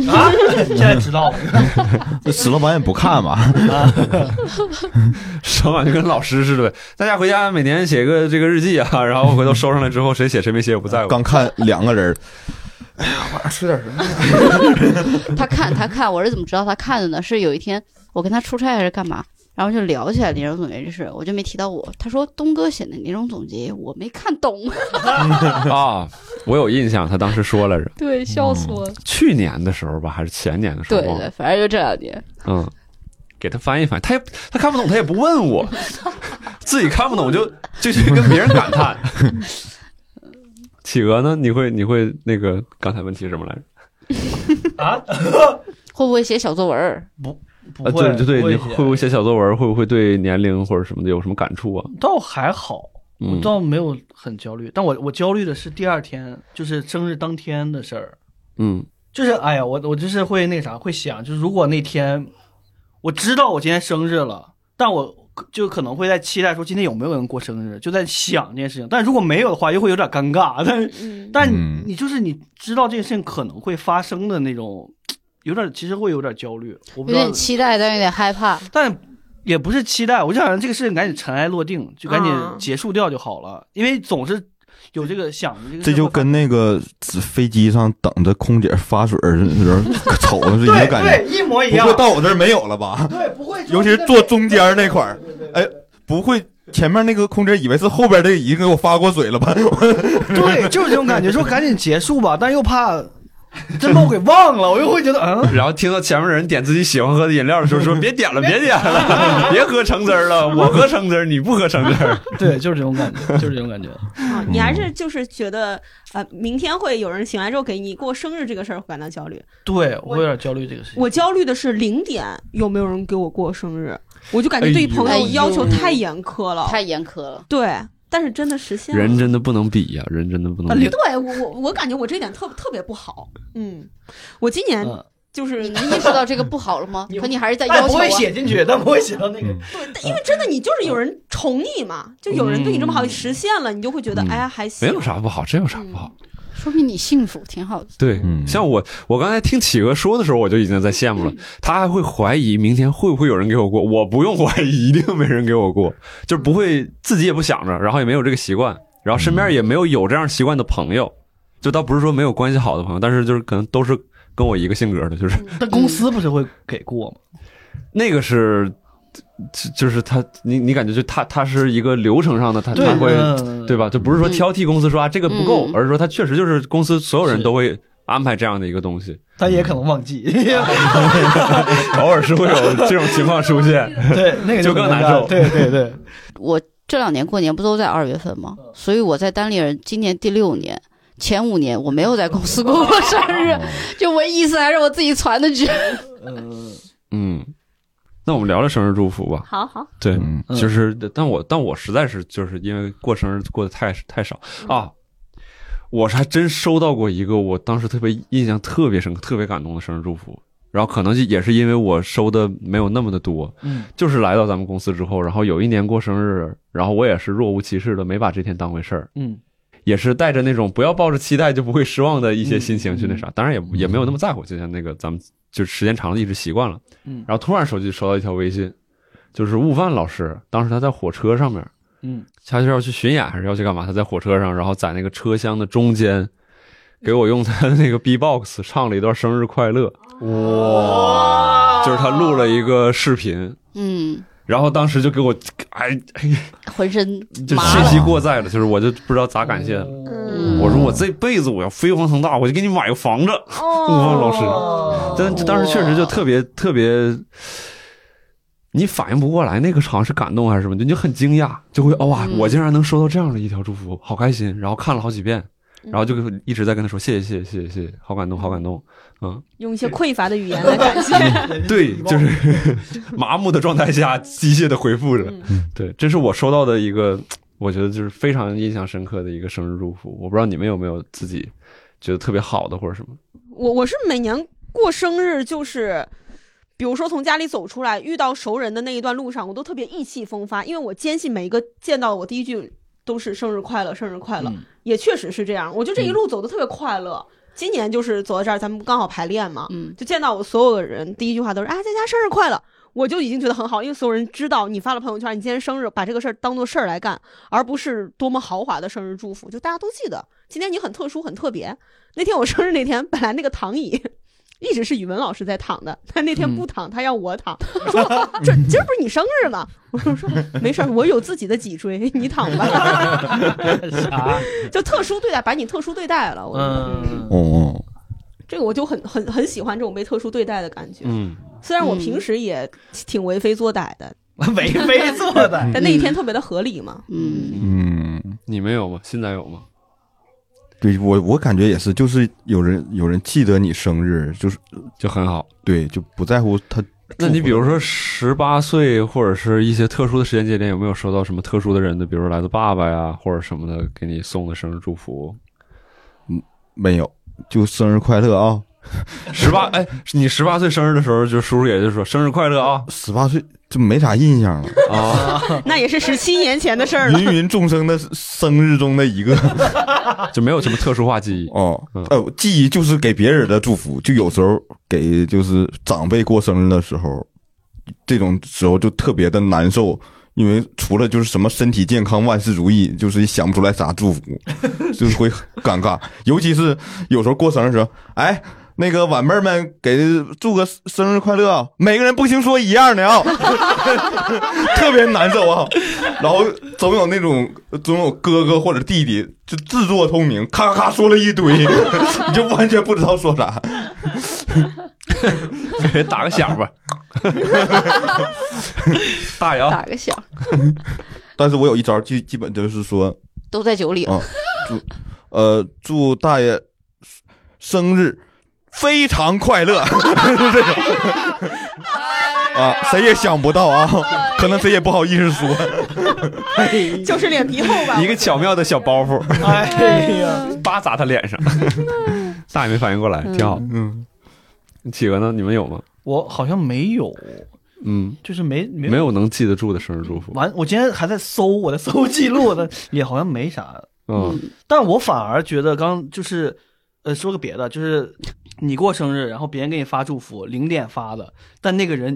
S5: 啊，现在 知道了。啊
S2: 这石老板也不看嘛，
S1: 手板就跟老师似的呗，大家回家每年写个这个日记啊， 然后回头收上来之后，谁写谁没写我不在乎。
S2: 刚看两个人儿，哎呀，晚上吃点什么？
S3: 他看他看，我是怎么知道他看的呢？是有一天我跟他出差还是干嘛，然后就聊起来年终总结这事，我就没提到我。他说东哥写的年终总结我没看懂，
S1: 啊，我有印象，他当时说来着，
S3: 对，笑死我了。
S1: 去年的时候吧，还是前年的时候，
S3: 对
S1: 忘
S3: 对
S1: 了，，
S3: 反正就这两年。
S1: 嗯，给他翻译翻译，他也他看不懂，他也不问我， 自己看不懂就就去跟别人感叹。 企鹅呢？你会你会那个刚才问题是什么来着？
S5: 啊，
S3: 会不会写小作文儿？
S5: 不
S1: 啊，
S5: 会，
S1: 对对对，你
S5: 写
S1: 会不会写小作文？会不会对年龄或者什么的有什么感触啊？
S5: 倒还好，我
S1: 嗯，
S5: 倒没有很焦虑，但我我焦虑的是第二天，就是生日当天的事儿。
S1: 嗯
S5: 就是哎呀，我我就是会那啥，会想，就是如果那天我知道我今天生日了，但我就可能会在期待说今天有没有人过生日，就在想这件事情。但如果没有的话，又会有点尴尬。但是
S4: 嗯，
S5: 但
S2: 嗯
S5: 你就是你知道这件事情可能会发生的那种有点，其实会有点焦虑，我不知
S3: 有
S5: 道
S3: 点，期待，但有点害怕。
S5: 但也不是期待，我就想让这个事情赶紧尘埃落定，就赶紧
S4: 啊
S5: 结束掉就好了，因为总是有这个想着这个事
S2: 这
S5: 儿
S2: 就
S5: 会发
S2: 跟那个飞机上等着空姐发水儿的时候瞅着是一个感觉。
S5: 对对一模一
S2: 不
S5: 样
S2: 会，到我这儿没有了吧？
S5: 对不会说
S2: 尤其是坐中间那块儿，哎，不会前面那个空姐以为是后边这已经给我发过水了吧？
S5: 对，就是这种感觉，说赶紧结束吧，但又怕真把我给忘了，我又会觉得嗯。
S1: 然后听到前面人点自己喜欢喝的饮料的时候，说别点了，别点了， 别喝橙汁儿 了，我喝橙汁儿，你不喝橙汁儿。
S5: 对，就是这种感觉，就是这种感觉。
S4: 啊，你还是就是觉得呃，明天会有人醒来之后给你过生日这个事儿会感到焦虑。
S5: 对我有点焦虑这个事情。
S4: 我焦虑的是零点有没有人给我过生日，我就感觉对朋
S3: 哎
S4: 友
S3: 呦
S4: 要求太严苛了。
S3: 太严苛了。
S4: 对，但是真的实现了。
S1: 人真的不能比呀、人真的不能比。
S4: 呃对我我我感觉我这点特特别不好。嗯，我今年
S5: 嗯，
S4: 就是
S3: 你能意识到这个不好了吗
S5: 你？
S3: 可你还是在
S5: 但
S3: 要
S5: 不
S3: 求
S5: 会
S3: 啊。
S5: 写进去，但不会写到那个。
S4: 对，
S1: 嗯
S4: 但因为真的你就是有人宠你嘛，就有人对你这么好实现了，你就会觉得
S1: 嗯
S4: 哎呀还行。
S1: 没有啥不好，真有啥不好？
S3: 说明你幸福，挺好的。
S1: 对，
S2: 嗯
S1: 像我，我刚才听企鹅说的时候，我就已经在羡慕 了。他还会怀疑明天会不会有人给我过，我不用怀疑，一定没人给我过，就是不会自己也不想着，然后也没有这个习惯，然后身边也没有有这样习惯的朋友，就倒不是说没有关系好的朋友，但是就是可能都是跟我一个性格的，就是
S5: 但公司不是会给过吗？
S1: 那个是，就就是他，你你感觉就他他是一个流程上的，他他会
S5: 嗯
S1: 对吧？就不是说挑剔公司说啊这个不够，
S3: 嗯
S1: 而是说他确实就是公司所有人
S5: 是
S1: 都会安排这样的一个东西，
S5: 但也可能忘记。
S1: 偶尔是会有这种情况出现。
S5: 对，那个
S1: 就更
S5: 更
S1: 难受
S5: 对对对，
S3: 我这两年过年不都在二月份吗？
S5: 嗯
S3: 所以我在单立人今年第六年，前五年我没有在公司过过生
S5: 哦
S3: 日，就唯一一次还是我自己攒的局。
S5: 嗯，
S1: 嗯，那我们聊聊生日祝福吧。
S4: 好好，
S1: 对，
S2: 嗯，
S5: 嗯
S1: 就是，但我但我实在是就是因为过生日过得太太少啊，我是还真收到过一个我当时特别印象特别深刻、特别感动的生日祝福。然后可能也是因为我收的没有那么的多，
S5: 嗯，
S1: 就是来到咱们公司之后，然后有一年过生日，然后我也是若无其事的没把这天当回事儿，
S5: 嗯，
S1: 也是带着那种不要抱着期待就不会失望的一些心情去那啥，当然也也没有那么在乎，就像那个咱们就时间长了一直习惯了，
S5: 嗯
S1: 然后突然手机收到一条微信，就是悟饭老师，当时他在火车上面，
S5: 嗯，
S1: 他是要去巡演还是要去干嘛？他在火车上，然后在那个车厢的中间，给我用他的那个 B-box 唱了一段生日快乐，哇，哦就是他录了一个视频。
S3: 嗯，
S1: 然后当时就给我，哎，
S3: 浑身
S1: 就
S3: 麻
S1: 信
S3: 了。
S1: 息过载了，就是我就不知道咋感谢了。
S3: 嗯
S1: 我说我这辈子我要飞黄腾达，我就给你买个房子。
S4: 哦
S1: 汪老师但当时确实就特别特别，你反应不过来那个场是感动还是什么，就你就很惊讶，就会哦哇，
S3: 嗯
S1: 我竟然能收到这样的一条祝福，好开心。然后看了好几遍，然后就跟一直在跟他说谢谢谢谢谢谢谢谢，好感动好感动。嗯，
S4: 用一些匮乏的语言来感谢。
S1: 对，就是 麻木的状态下机械的回复着。
S4: 嗯
S1: 对，这是我收到的一个，我觉得就是非常印象深刻的一个生日祝福。我不知道你们有没有自己觉得特别好的或者什么。
S4: 我我是每年过生日就是。比如说，从家里走出来，遇到熟人的那一段路上，我都特别意气风发，因为我坚信每一个见到我第一句都是“生日快乐，生日快乐”，也确实是这样。我就这一路走的特别快乐。今年就是走到这儿，咱们刚好排练嘛，
S3: 嗯，
S4: 就见到我所有的人，第一句话都是啊，佳佳生日快乐，我就已经觉得很好，因为所有人知道你发了朋友圈，你今天生日，把这个事儿当做事儿来干，而不是多么豪华的生日祝福，就大家都记得今天你很特殊，很特别。 那天我生日那天，本来那个躺椅。一直是语文老师在躺的，但那天不躺，他要我躺， 说这今儿不是你生日吗？我说说没事儿，我有自己的脊椎， 你躺吧，
S3: 嗯
S5: 啥？
S4: 就特殊对待，把你特殊对待了。我觉得、
S5: 嗯，
S2: 哦，
S4: 这个我就很很很喜欢这种被特殊对待的感觉。
S1: 嗯，
S4: 虽然我平时也挺为非作歹的，
S5: 为非作 歹。
S4: 但那一天特别的合理嘛。
S3: 嗯，
S2: 嗯，
S1: 你们有吗？现在有吗？
S2: 对我我感觉也是，就是有人有人记得你生日，就是
S1: 就很好。
S2: 对，就不在乎他。
S1: 那你比如说十八岁或者是一些特殊的时间节点，有没有收到什么特殊的人的，比如说来自爸爸呀或者什么的给你送的生日祝福？
S2: 没有，就生日快乐啊！
S1: 十八哎，你十八岁生日的时候，就叔叔也就说生日快乐啊，
S2: 十八岁就没啥印象了。
S1: 啊，
S4: 那也是十七年前的事儿了。
S2: 芸芸众生的生日中的一个
S1: 就没有什么特殊化记忆。
S2: 哦
S1: 嗯，
S2: 呃，记忆就是给别人的祝福，就有时候给就是长辈过生日的时候，这种时候就特别的难受，因为除了就是什么身体健康、万事如意，就是想不出来啥祝福，就是会很尴尬。尤其是有时候过生日的时候，哎。那个晚辈儿们给祝个生日快乐啊，每个人不行说一样的啊、 特别难受啊。然后总有那种总有哥哥或者弟弟就自作聪明，咔咔说了一堆， 你就完全不知道说啥。
S1: 打个响 吧，大姚
S3: 打个响，
S2: 但是我有一招，基基本就是说，
S3: 都在酒里
S2: 啊。呃，祝大爷生日非常快乐， 就是这种啊，谁也想不到啊，可能谁也不好意思说。
S4: 就是脸皮厚吧啊
S1: 一。个巧妙的小包 袱，
S5: 哎呀，
S1: 叭砸他脸上， 大爷没反应过来，挺好。
S2: 嗯，
S1: 企鹅呢？你们有吗？
S5: 我好像没有，
S1: 嗯，
S5: 就是没没
S1: 没有能记得住的生日祝福。
S5: 完，我今天还在搜，我在搜记录，我的也好像没啥。
S1: 嗯，
S5: 但我反而觉得刚就是，呃，说个别的，就是你过生日，然后别人给你发祝福，零点发的，但那个人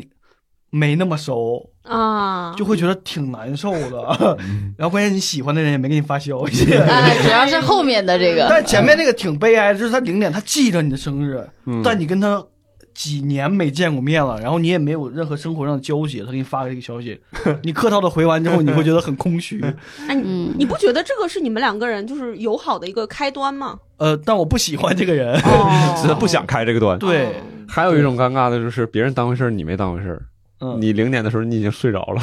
S5: 没那么熟，
S4: 啊，
S5: 就会觉得挺难受的。 然后关键你喜欢的人也没给你发消息。
S3: 哎，主要是后面的这个，
S5: 但前面那个挺悲哀的，就是他零点他记着你的生日，
S1: 嗯
S5: 但你跟他几年没见过面了，然后你也没有任何生活上的交集，他给你发了一个消息，你客套的回完之后，你会觉得很空虚。
S4: 哎，你
S3: 嗯，
S4: 你不觉得这个是你们两个人就是友好的一个开端吗？哦
S5: 呃，但我不喜欢这个人。
S1: 只是不想开这个端。
S5: 对，
S1: 还有一种尴尬的就是别人当回事儿，你没当回事儿。
S5: 嗯，
S1: 你零点的时候你已经睡着了，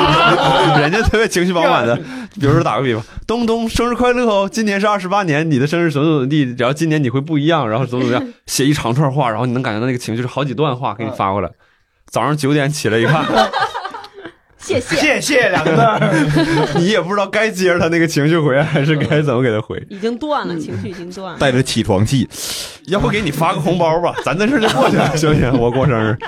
S1: 人家特别情绪饱满的，比如说打个比方，东东生日快乐哦，今年是二十八年，你的生日怎么怎么地，然后今年你会不一样，然后怎么怎么样， 写一长串话，然后你能感觉到那个情绪是好几段话给你发过来。早上九点起来一看，
S4: 谢谢，
S5: 谢谢两个字儿。
S1: 你也不知道该接着他那个情绪回来，还是该怎么给他回。
S4: 已经断了，情绪已经断了。
S2: 带着起床气，
S1: 要不给你发个红包吧，咱这事儿就过去了，行不行？我过生日，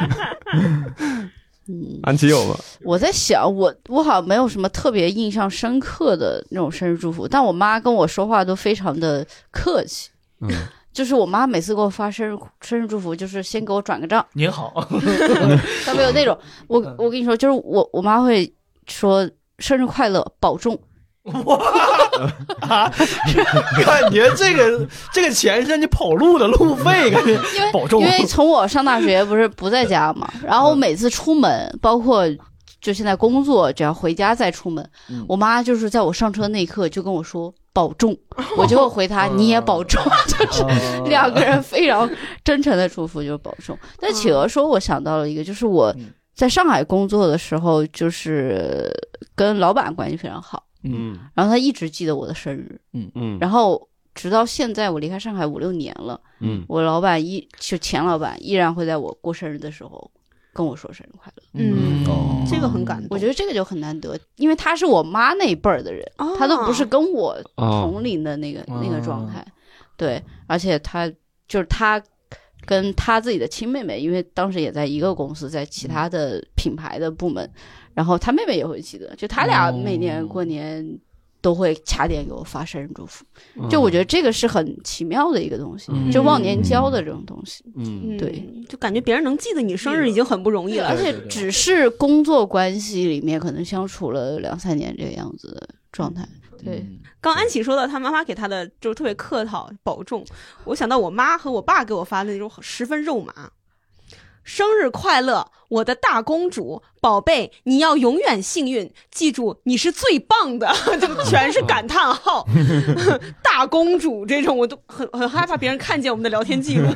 S3: 嗯，
S1: 安琪有吗？
S3: 我在想，我我好像没有什么特别印象深刻的那种生日祝福，但我妈跟我说话都非常的客气，
S1: 嗯，
S3: 就是我妈每次给我发生日生日祝福，就是先给我转个账，
S5: 您好，
S3: 她没有那种，我我跟你说，就是我我妈会说生日快乐，保重，
S5: 感觉啊这个这个钱人家跑路的路费，感觉
S3: 因为
S5: 保重
S3: 因为从我上大学不是不在家 嘛，然后我每次出
S5: 嗯
S3: 门，包括就现在工作，只要回家再出门，
S5: 嗯
S3: 我妈就是在我上车那一刻就跟我说保 重，我就会回她
S5: 嗯
S3: 你也保重， 就是两个人非常真诚的祝福，就是保重。但企鹅说，我想到了一个，就是我
S5: 嗯
S3: 在上海工作的时候，就是跟老板关系非常好，
S1: 嗯
S3: 然后他一直记得我的生日，
S1: 嗯
S3: 然后直到现在我离开上海五六年了。
S1: 嗯，
S3: 我老板依就前老板依然会在我过生日的时候跟我说生日快乐，
S4: 嗯
S2: 哦，
S4: 这个很感动。
S3: 我觉得这个就很难得，因为他是我妈那一辈儿的人，
S4: 得
S3: 他都不是跟我
S5: 啊
S1: 哦
S3: 同龄的那个、
S5: 哦
S3: 那个状态，对，而且他就是他跟他自己的亲妹妹，因为当时也在一个公司，在其他的品牌的部门，然后他妹妹也会记得，就他俩
S5: 哦
S3: 每年过年。都会卡点给我发生日祝福，
S5: 嗯
S3: 就我觉得这个是很奇妙的一个东西，
S1: 哦嗯
S3: 就忘年交的这种东西。
S1: 嗯
S4: 嗯
S3: 对，
S4: 就感觉别人能记得你生日已经很不容易
S3: 而
S4: 了。
S5: 对
S3: 且
S5: 对对
S3: 只是工作关系里面可能相处了两三年这个样子的状态，
S5: 嗯
S3: 对，
S4: 刚安琪说到她妈妈给她的就是特别客套保重，我想到我妈和我爸给我发的那种十分肉麻。生日快乐，我的大公主，宝贝，你要永远幸运，记住你是最棒的， 就全是感叹号， 大公主这种我都很很害怕别人看见我们的聊天记录。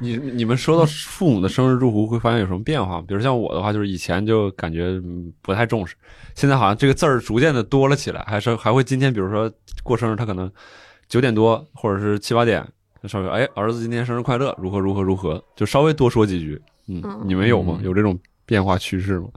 S1: 你你们收到父母的生日祝福，会发现有什么变化吗？比如像我的话，就是以前就感觉嗯不太重视，现在好像这个字儿逐渐的多了起来，还是还会今天，比如说过生日，他可能九点多或者是七八点，他稍微哎儿子今天生日快乐，如何如何如何，就稍微多说几句。嗯，
S4: 嗯
S1: 你们有吗？
S2: 嗯
S1: 有这种变化趋势吗？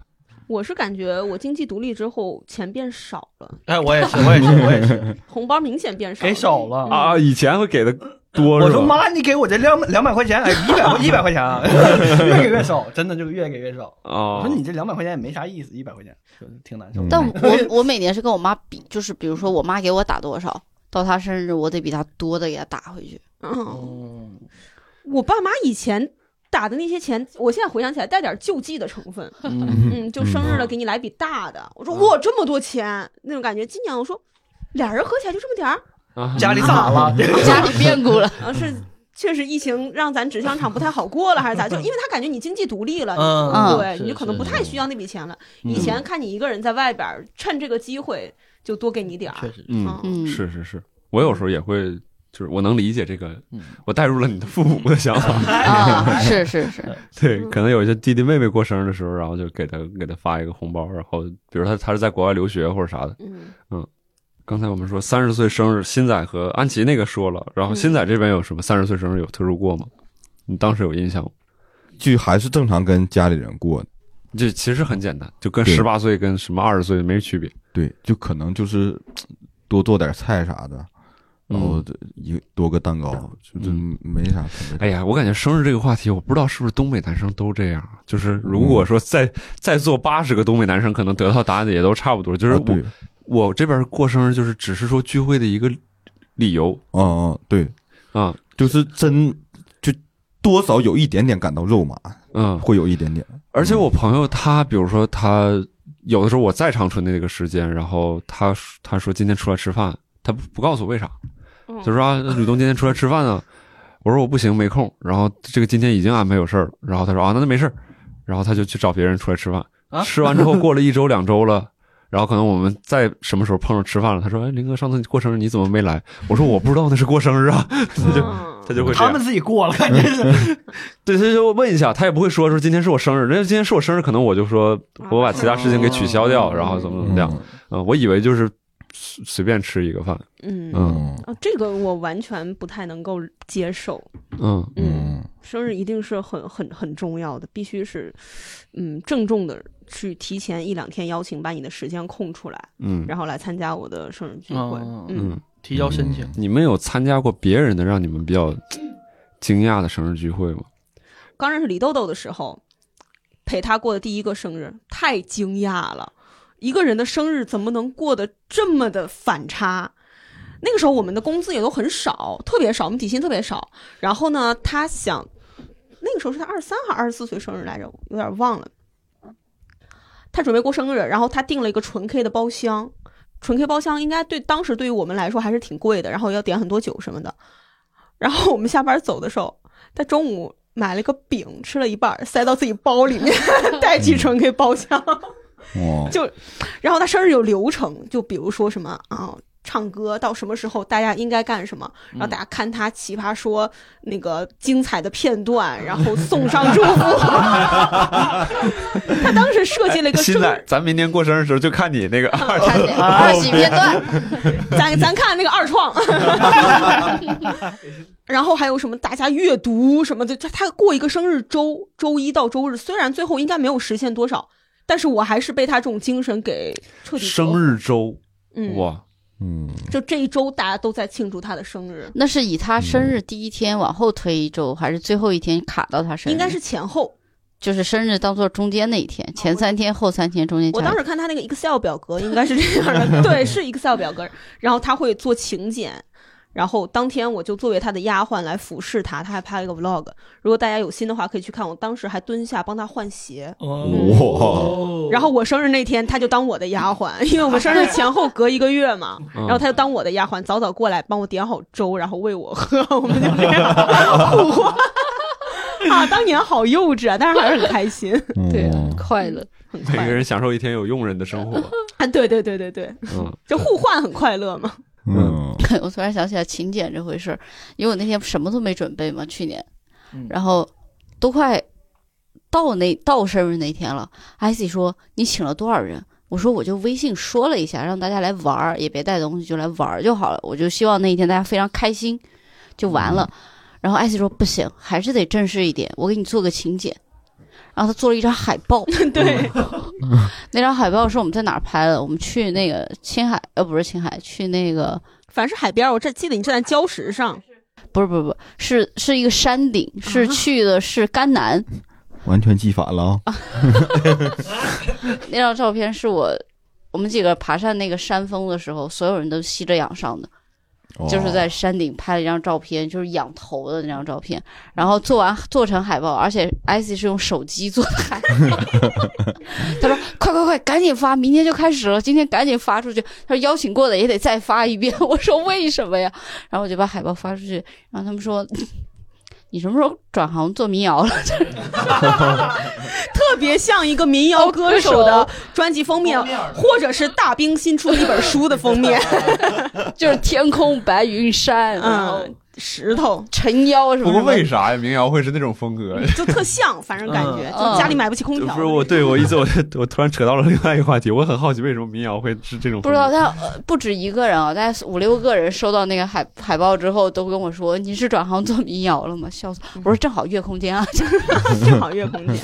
S4: 我是感觉我经济独立之后钱变少了，
S5: 哎，我也是，我也是，我也是，
S4: 红包明显变少了，
S5: 给少了
S4: 嗯
S1: 啊啊，以前会给的多
S5: 我
S1: 是
S5: 说
S1: 吧？
S5: 妈，你给我这两两百块钱，哎，一百一百块钱啊，越给越少，真的就越给越少。我
S1: 啊
S5: 说，你这两百块钱也没啥意思，一百块钱就是挺难受的。
S3: 但我我每年是跟我妈比，就是比如说我妈给我打多少，到她生日我得比她多的给她打回去。
S4: 嗯，
S5: 嗯，
S4: 我爸妈以前打的那些钱，我现在回想起来带点救济的成分。嗯，就生日了给你来笔大的，我说
S5: 嗯
S4: 哇这么多钱那种感觉。今年我说俩人合起来就这么点儿，
S1: 啊
S5: 家里咋了？
S3: 家里变故 了，
S4: 啊是确实疫情让咱纸箱厂不太好过了还是咋？就因为他感觉你经济独立了，
S5: 嗯
S4: 对，
S5: 是
S4: 你就可能
S5: 是
S4: 不太需要那笔钱了。以前看你一个人在外边儿，趁这个机会就多给你点儿
S5: 确。实，
S1: 嗯，
S3: 嗯，
S1: 是是是，我有时候也会，就是我能理解这个
S5: 嗯，
S1: 我带入了你的父母的想法。
S3: 啊，是是是，
S1: 对，
S4: 嗯
S1: 可能有一些弟弟妹妹过生日的时候，然后就给他给他发一个红包，然后比如他他是在国外留学或者啥的。
S4: 嗯，
S1: 刚才我们说三十岁生日，新仔和安琪那个说了，然后
S4: 嗯
S1: 新仔这边有什么三十岁生日有特殊过吗？你当时有印象吗？
S2: 就还是正常跟家里人过的，
S1: 就其实很简单，就跟
S2: 对
S1: 十八岁跟什么二十岁没区别。
S2: 对，就可能就是多做点菜啥的，然后一多个蛋糕，就是没啥特
S1: 哎
S2: 别。啊
S1: 呀，我感觉生日这个话题，我不知道是不是东北男生都这样。啊就是如
S2: 嗯
S1: 果说再、再做八十个东北男生，可能得到答案的也都差不多。就是
S2: 啊
S1: 我、
S2: 对，
S1: 我这边过生日，就是只是说聚会的一个理由
S2: 嗯嗯对，
S1: 啊，
S2: 就是真就多少有一点点感到肉麻，
S1: 嗯。
S2: 会有一点点。
S1: 而且我朋友他，比如说他有的时候我在长春的那个时间，然后他说他说今天出来吃饭，他不不告诉我为啥，
S4: 嗯
S1: 他说啊，吕东今天出来吃饭啊，我说我不行没空，然后这个今天已经安排有事儿了，然后他说啊，那那没事儿，然后他就去找别人出来吃饭，
S5: 啊
S1: 吃完之后过了一周两周了。然后可能我们在什么时候碰上吃饭了？他说：“哎，林哥，上次你过生日你怎么没来？”我说：“我不知道那是过生日啊。
S4: 嗯
S1: 他就会这
S5: 他
S1: 样
S5: 们自己过了，感觉
S1: 嗯
S5: 是。”
S1: 对，他就问一下，他也不会说说今天是我生日，那今天是我生日，可能我就说
S4: 啊
S1: 我把其他事情给取消掉，
S5: 哦
S1: 然后怎么怎么
S2: 嗯
S1: 样。嗯，我以为就是随随便吃一个饭。
S4: 嗯，
S1: 嗯
S2: 嗯
S4: 啊，这个我完全不太能够接受。
S1: 嗯
S4: 嗯，
S2: 嗯
S4: 生日一定是很很很重要的，必须是，嗯，郑重的去提前一两天邀请，把你的时间空出来，
S1: 嗯
S4: 然后来参加我的生日聚会。
S5: 哦
S4: 嗯，
S5: 提交申请，
S1: 你们有参加过别人的让你们比较惊讶的生日聚会吗？
S4: 刚认识李豆豆的时候，陪他过的第一个生日，太惊讶了。一个人的生日怎么能过得这么的反差？那个时候我们的工资也都很少，特别少，我们底薪特别少。然后呢，他想，那个时候是他二十三还是二十四岁生日来着，有点忘了。他准备过生日，然后他订了一个纯 K 的包厢，纯 K 包厢应该对当时对于我们来说还是挺贵的，然后要点很多酒什么的。然后我们下班走的时候，他中午买了个饼，吃了一半儿，塞到自己包里面， 带去纯 K 包厢。
S2: 哦，
S4: 然后他生日有流程，就比如说什么啊。唱歌到什么时候，大家应该干什么？然后大家看他《奇葩说》那个精彩的片段，然后送上祝福。他当时设计了一个
S1: 新
S4: 生
S1: 仔，咱明年过生日的时候就看你那个二十。
S3: 二喜片段，
S4: 咱咱看那个二创，然后还有什么大家阅读什么的，就他过一个生日周，周一到周日，虽然最后应该没有实现多少，但是我还是被他这种精神给彻底
S1: 生
S4: 日，
S1: 日周，
S4: 嗯，
S1: 哇，
S2: 嗯，
S4: 就这一周大家都在庆祝他的生日，
S3: 那是以他生日第一天往后推一周，还是最后一天卡到他生日？
S4: 应该是前后。
S3: 就是生日当做中间那一天，前三天、后三天、中间加
S4: 我
S3: 一天。
S4: 当时看他那个 Excel 表格应该是这样 的，对，是 Excel 表格，然后他会做请柬。然后当天我就作为他的丫鬟来服侍他，他还拍了一个 vlog。如果大家有心的话，可以去看。我当时还蹲下帮他换鞋，
S5: 哦
S4: 然后我生日那天，他就当我的丫鬟，因为我们生日前后隔一个 月嘛，
S1: 嗯
S4: 然后他就当我的丫鬟，早早过来帮我点好粥，然后喂我喝，我们就这样 互换。啊，当年好幼稚啊，但是还是很 开心，
S3: 对啊
S2: 嗯，
S3: 快乐。
S4: 很
S1: 每
S4: 快
S1: 个
S4: 乐。
S1: 人享受一天有佣人的 生活。
S4: 啊，对对对对对，
S1: 嗯，
S4: 就互换很快乐嘛。
S2: 嗯，
S3: 我突然想起来请柬这回事儿，因为我那天什么都没准备嘛，去年
S5: 嗯，
S3: 然后都快到那到生日那天了，艾希说你请了多少人？我说我就微信说了一下，让大家来玩儿，也别带东西，就来玩儿就好了。我就希望那一天大家非常开心，就完了。然后艾希说不行，还是得正式一点，我给你做个请柬。然后他做了一张海报，
S4: 对，
S3: 那张海报是我们在哪儿拍的？我们去那个青海，呃，不是青海，去那个
S4: 反正是海边儿，我这记得你站在礁石上，
S3: 不是不是不是，是是一个山顶，是去的是甘南。
S6: 完全记反了啊！
S3: 那张照片是我我们几个爬上那个山峰的时候，所有人都吸着氧上的，就是在山顶拍了一张照片，就是仰头的那张照片，然后做完做成海报，而且 IC 是用手机做的海报。他说：“快快快，赶紧发，明天就开始了，今天赶紧发出去。”他说：“邀请过的也得再发一遍。”我说：“为什么呀？”然后我就把海报发出去，然后他们说。你什么时候转行做民谣了？
S4: 特别像一个民谣哦歌手的专辑封面，或者是大兵新出一本书的封面，
S3: 就是天空、白云、山，然后
S4: 嗯， 石头
S3: 撑腰什
S1: 不
S3: 么什
S1: 过
S3: 么。
S1: 为啥呀？民谣会是那种风格？
S4: 就特像，反正感觉
S3: 嗯
S4: 就家里买不起空调。
S1: 不是 我，对我一直我我突然扯到了另外一个话题，我很好奇为什么民谣会是这种风格
S3: 不知道，但呃不止一个人啊，大概四五六个人收到那个海海报之后，都跟我说：“你是转行做民谣了吗？”笑死！我说：“正好月空间啊。
S4: 正好月空间。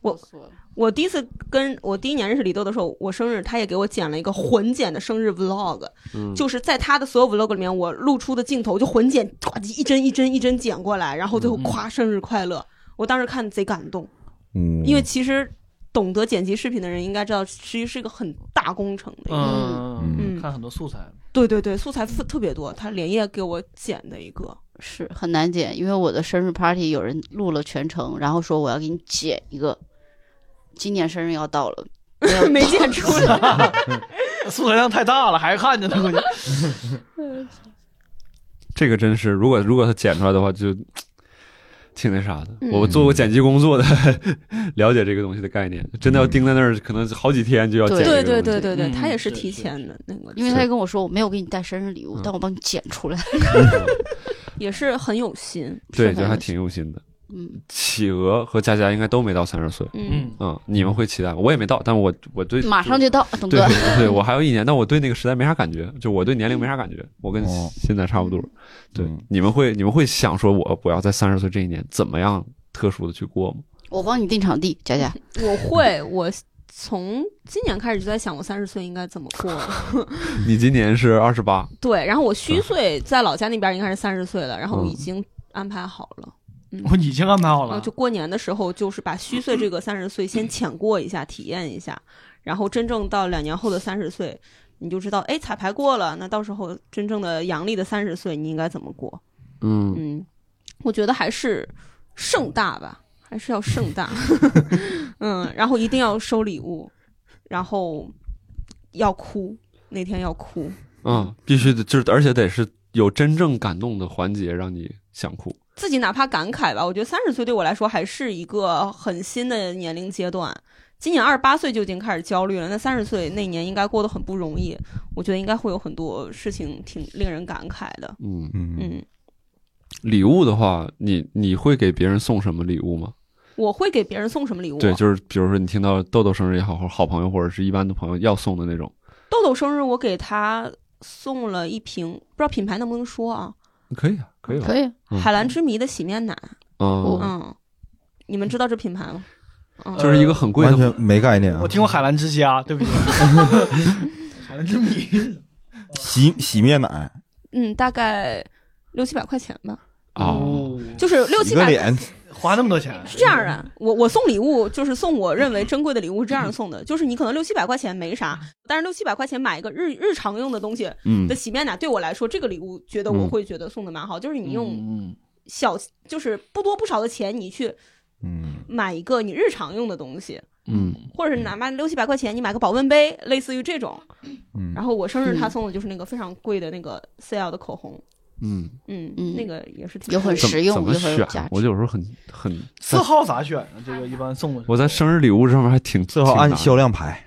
S4: 我
S3: 笑死了
S4: 我第一次跟我第一年认识李豆的时候，我生日，他也给我剪了一个混剪的生日 vlog，、
S1: 嗯
S4: 就是在他的所有 vlog 里面，我露出的镜头就混剪，唰一帧一帧一帧剪过来，然后最后夸生日快乐。我当时看贼感动，
S6: 嗯，
S4: 因为其实懂得剪辑视频的人应该知道，其实是一个很大工程的。
S5: 嗯
S4: 嗯
S5: 看很多素材，
S4: 对对对，素材
S3: 嗯
S4: 特特别多，他连夜给我剪的一个。
S3: 是很难剪，因为我的生日 party 有人录了全程，然后说我要给你剪一个。今年生日要到了，没有
S4: 没剪出来，
S5: 素材量太大了，还看着呢。估计
S1: 这个真是，如果如果他剪出来的话，就挺那啥的。
S3: 嗯
S1: 我做过剪辑工作的， 了解这个东西的概念，真
S6: 嗯
S1: 的要盯在那儿，可能好几天就要剪。
S3: 对
S4: 对对对，对对，
S5: 嗯
S4: 他也是
S5: 是
S4: 提
S5: 是
S4: 前的那个，
S3: 因为他就跟我说我没有给你带生日礼物
S1: 嗯，
S3: 但我帮你剪出来。
S4: 也是很有心。
S1: 对，
S3: 是的
S1: 就还挺用心的。
S3: 嗯，
S1: 企鹅和佳佳应该都没到三十岁，
S4: 嗯
S5: 嗯，
S1: 嗯，你们会期待吗？我也没到，但我我对
S3: 马上就到，董
S1: 对
S3: 哥。
S1: 对对，我还有一年，但我对那个时代没啥感觉，就我对年龄没啥感觉，我跟
S6: 哦
S1: 现在差不多。对
S6: 嗯，
S1: 你们会你们会想说我我要在三十岁这一年怎么样特殊的去过吗？
S3: 我帮你定场地，佳佳。
S4: 我会，我从今年开始就在想，我三十岁应该怎么过。
S1: 你今年是二十八，
S4: 对，然后我
S3: 嗯
S4: 虚岁在老家那边应该是三十岁了，然后我
S1: 嗯
S4: 已经安排好了。
S5: 我已经安排好
S4: 然
S5: 了
S4: 啊哦后就，过年的时候，就是把虚岁这个三十岁先浅过一下，体验一下，然后真正到两年后的三十岁，你就知道，哎，彩排过了，那到时候真正的阳历的三十岁，你应该怎么过？
S1: 嗯
S4: 嗯，我觉得还是盛大吧，还是要盛大。 嗯，然后一定要收礼物，然后要哭，那天要哭。
S1: 嗯，必须得就是，而且得是有真正感动的环节，让你想哭。
S4: 自己哪怕感慨吧，我觉得三十岁对我来说还是一个很新的年龄阶段。今年二十八岁就已经开始焦虑了，那三十岁那年应该过得很不容易。我觉得应该会有很多事情挺令人感慨的。
S1: 嗯，
S6: 嗯
S4: 嗯，
S1: 礼物的话，你你会给别人送什么礼物吗？
S4: 我会给别人送什么礼物？啊
S1: 对，就是比如说你听到豆豆生日也好，或者好朋友或者是一般的朋友要送的那种，
S4: 豆豆生日，我给他送了一瓶，不知道品牌能不能说啊？
S1: 可以啊，可以啊，
S3: 以，
S1: 嗯
S4: 海蓝之谜的洗面奶，
S1: 嗯，
S4: 嗯，你们知道这品牌吗？嗯，
S1: 就是一个很贵
S6: 完
S1: 的，
S6: 全没概念啊
S5: 我！听过海澜之家，对不 起，海澜之谜，
S6: 洗洗面奶，
S4: 嗯，大概六七百块钱吧，
S1: 哦，，
S4: 就是六
S6: 洗
S4: 七
S6: 个
S4: 百。
S6: 脸，
S5: 花那么多钱
S4: 是这样啊
S3: 嗯
S4: 的，我我送礼物就是送我认为珍贵的礼物，是这样送的，就是你可能六七百块钱没啥，但是六七百块钱买一个日日常用的东西
S1: 嗯
S4: 的洗面奶，对我来说，这个礼物觉得
S3: 嗯
S4: 我会觉得送的蛮好，就是你用
S5: 嗯，
S4: 小就是不多不少的钱，你去
S6: 嗯，
S4: 买一个你日常用的东西，
S1: 嗯，
S4: 或者是哪怕六七百块钱，你买个保温杯，类似于这种。
S6: 嗯
S4: 然后我生日他
S3: 嗯
S4: 送的就是那个非常贵的那个 CL 的口红，
S1: 嗯，
S4: 嗯，
S3: 嗯
S4: 那个也是挺
S3: 有很
S1: 怎
S3: 实
S1: 么怎
S3: 用
S1: 么
S3: 又很
S1: 选
S3: 有
S1: 啊
S3: 价值？。
S1: 我有时候很很，
S5: 四号咋选啊？这个一般送的
S1: 我在生日礼物上面还挺
S6: 最好按销
S1: 挺
S6: 量排。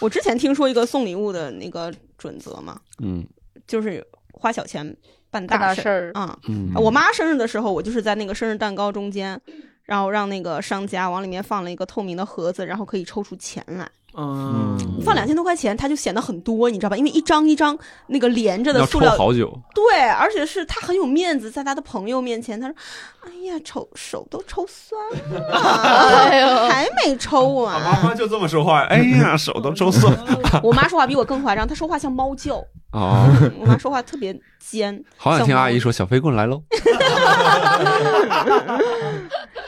S4: 我之前听说一个送礼物的那个准则嘛，
S1: 难的
S4: 就是花小钱办
S3: 大
S4: 事
S3: 事儿
S4: 啊、
S1: 嗯嗯，
S4: 我妈生日的时候，我就是在那个生日蛋糕中间，然后让那个商家往里面放了一个透明的盒子，然后可以抽出钱来，
S5: 嗯，
S4: 放两千多块钱，它就显得很多，你知道吧？因为一张一张那个连着的
S1: 要
S4: 塑
S1: 抽
S4: 料
S1: 好久，
S4: 对，而且是他很有面子，在他的朋友面前，他说：“哎呀，抽手都抽酸
S3: 哎
S4: 了，
S3: 呦
S4: 还没抽完。
S1: 就这么说话，哎呀，手都抽酸。
S4: 我妈说话比我更夸张，她说话像猫叫，嗯
S1: 啊，
S4: 我妈说话特别尖，
S1: 好想听阿姨说小飞棍来喽。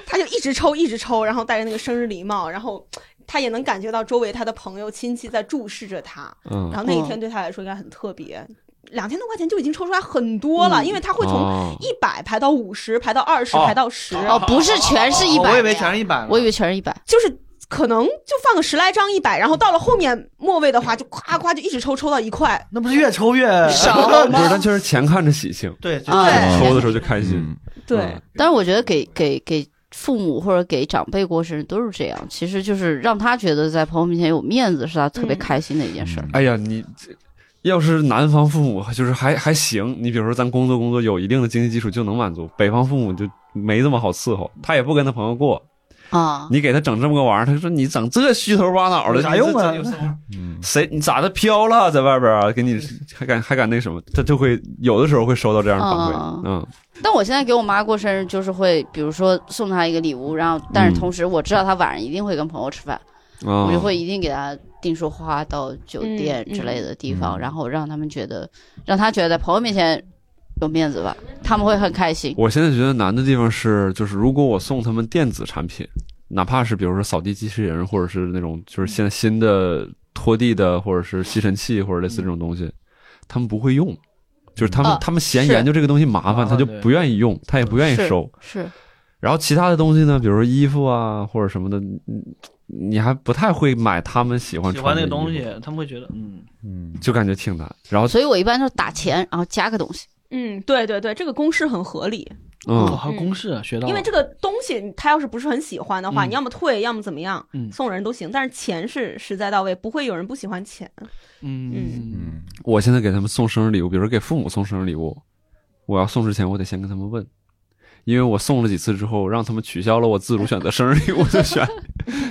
S4: 她就一直抽，一直抽，然后戴着那个生日礼帽，然后她也能感觉到周围她的朋友亲戚在注视着她。
S1: 嗯，
S4: 然后那一天对她来说应该很特别，两千多块钱就已经抽出来很多了，因为她会从
S1: 哦
S4: 一百排到五十，排到二十，
S5: 哦
S4: 排到十，
S3: 哦，不是全是
S1: 哦
S3: 一百，
S5: 我以为全是一百，
S3: 我以为全是一百。
S4: 就是。可能就放个十来张一百，然后到了后面末位的话，就夸夸就一直抽，抽到一块，
S5: 那不是越抽越
S3: 少
S1: 不是，但确实钱看着喜庆，
S5: 对，就
S3: 啊
S4: 对
S1: 抽的时候就开心。
S6: 嗯，
S4: 对
S1: 嗯，
S3: 但是我觉得给给给父母或者给长辈过生日都是这样，其实就是让他觉得在朋友面前有面子，是他特别
S4: 嗯
S3: 开心的一件事儿。
S1: 哎呀，你这要是南方父母就是还还行，你比如说咱工作工作有一定的经济基础就能满足，北方父母就没这么好伺候，他也不跟他朋友过，嗯
S3: 啊，
S1: 你给他整这么个玩意儿，他说你整这虚头巴脑的，
S5: 有啥用啊
S1: 你这？
S2: 嗯
S1: 谁你咋的飘了在外边啊？给你还敢还敢那什么？他就会有的时候会收到这样的反馈
S3: 嗯，
S1: 嗯
S3: 但我现在给我妈过生日，就是会比如说送她一个礼物，然后但
S1: 嗯
S3: 是同时我知道她晚上一定会跟朋友吃饭，
S1: 啊，
S3: 我就会一定给她订束花到酒店之类的地
S6: 嗯
S3: 方，
S6: 嗯
S3: 然后让他们觉得，让她觉得在朋友面前有面子吧，他们会很开心。
S1: 我现在觉得难的地方是，就是如果我送他们电子产品，哪怕是比如说扫地机器人，或者是那种就是
S5: 嗯
S1: 现在新的拖地的，或者是吸尘器，或者类似这
S5: 嗯
S1: 种东西，他们不会用，就是他们、
S3: 啊
S1: 他们嫌
S3: 是
S1: 研究这个东西麻烦，
S5: 麻烦
S1: 他就
S5: 嗯哦对
S1: 不愿意用，他也不愿意
S3: 是
S1: 收。
S3: 是，
S1: 然后其他的东西呢，比如说衣服啊或者什么的，嗯你还不太会买他们喜欢
S5: 喜
S1: 穿
S5: 欢
S1: 的
S5: 那个
S1: 衣服
S5: 东西，，他们会觉得嗯，
S6: 嗯
S1: 就感觉挺难。然后
S3: 所以我一般就是打钱，然后加个东西。
S4: 嗯，对对对，这个公式很合理，
S5: 哦，
S1: 嗯，
S5: 还有公式啊学到了，
S4: 因为这个东西他要是不是很喜欢的话，
S5: 嗯
S4: 你要么退，要么怎么样，
S5: 嗯
S4: 送人都行。但是钱是实在到位，不会有人不喜 欢钱。
S5: 嗯
S6: 嗯
S1: 我现在给他们送生日礼物，比如说给父母送生日礼物，我要送之前我得先跟他们问，因为我送了几次之后，让他们取消了我自主选择生日礼物的选，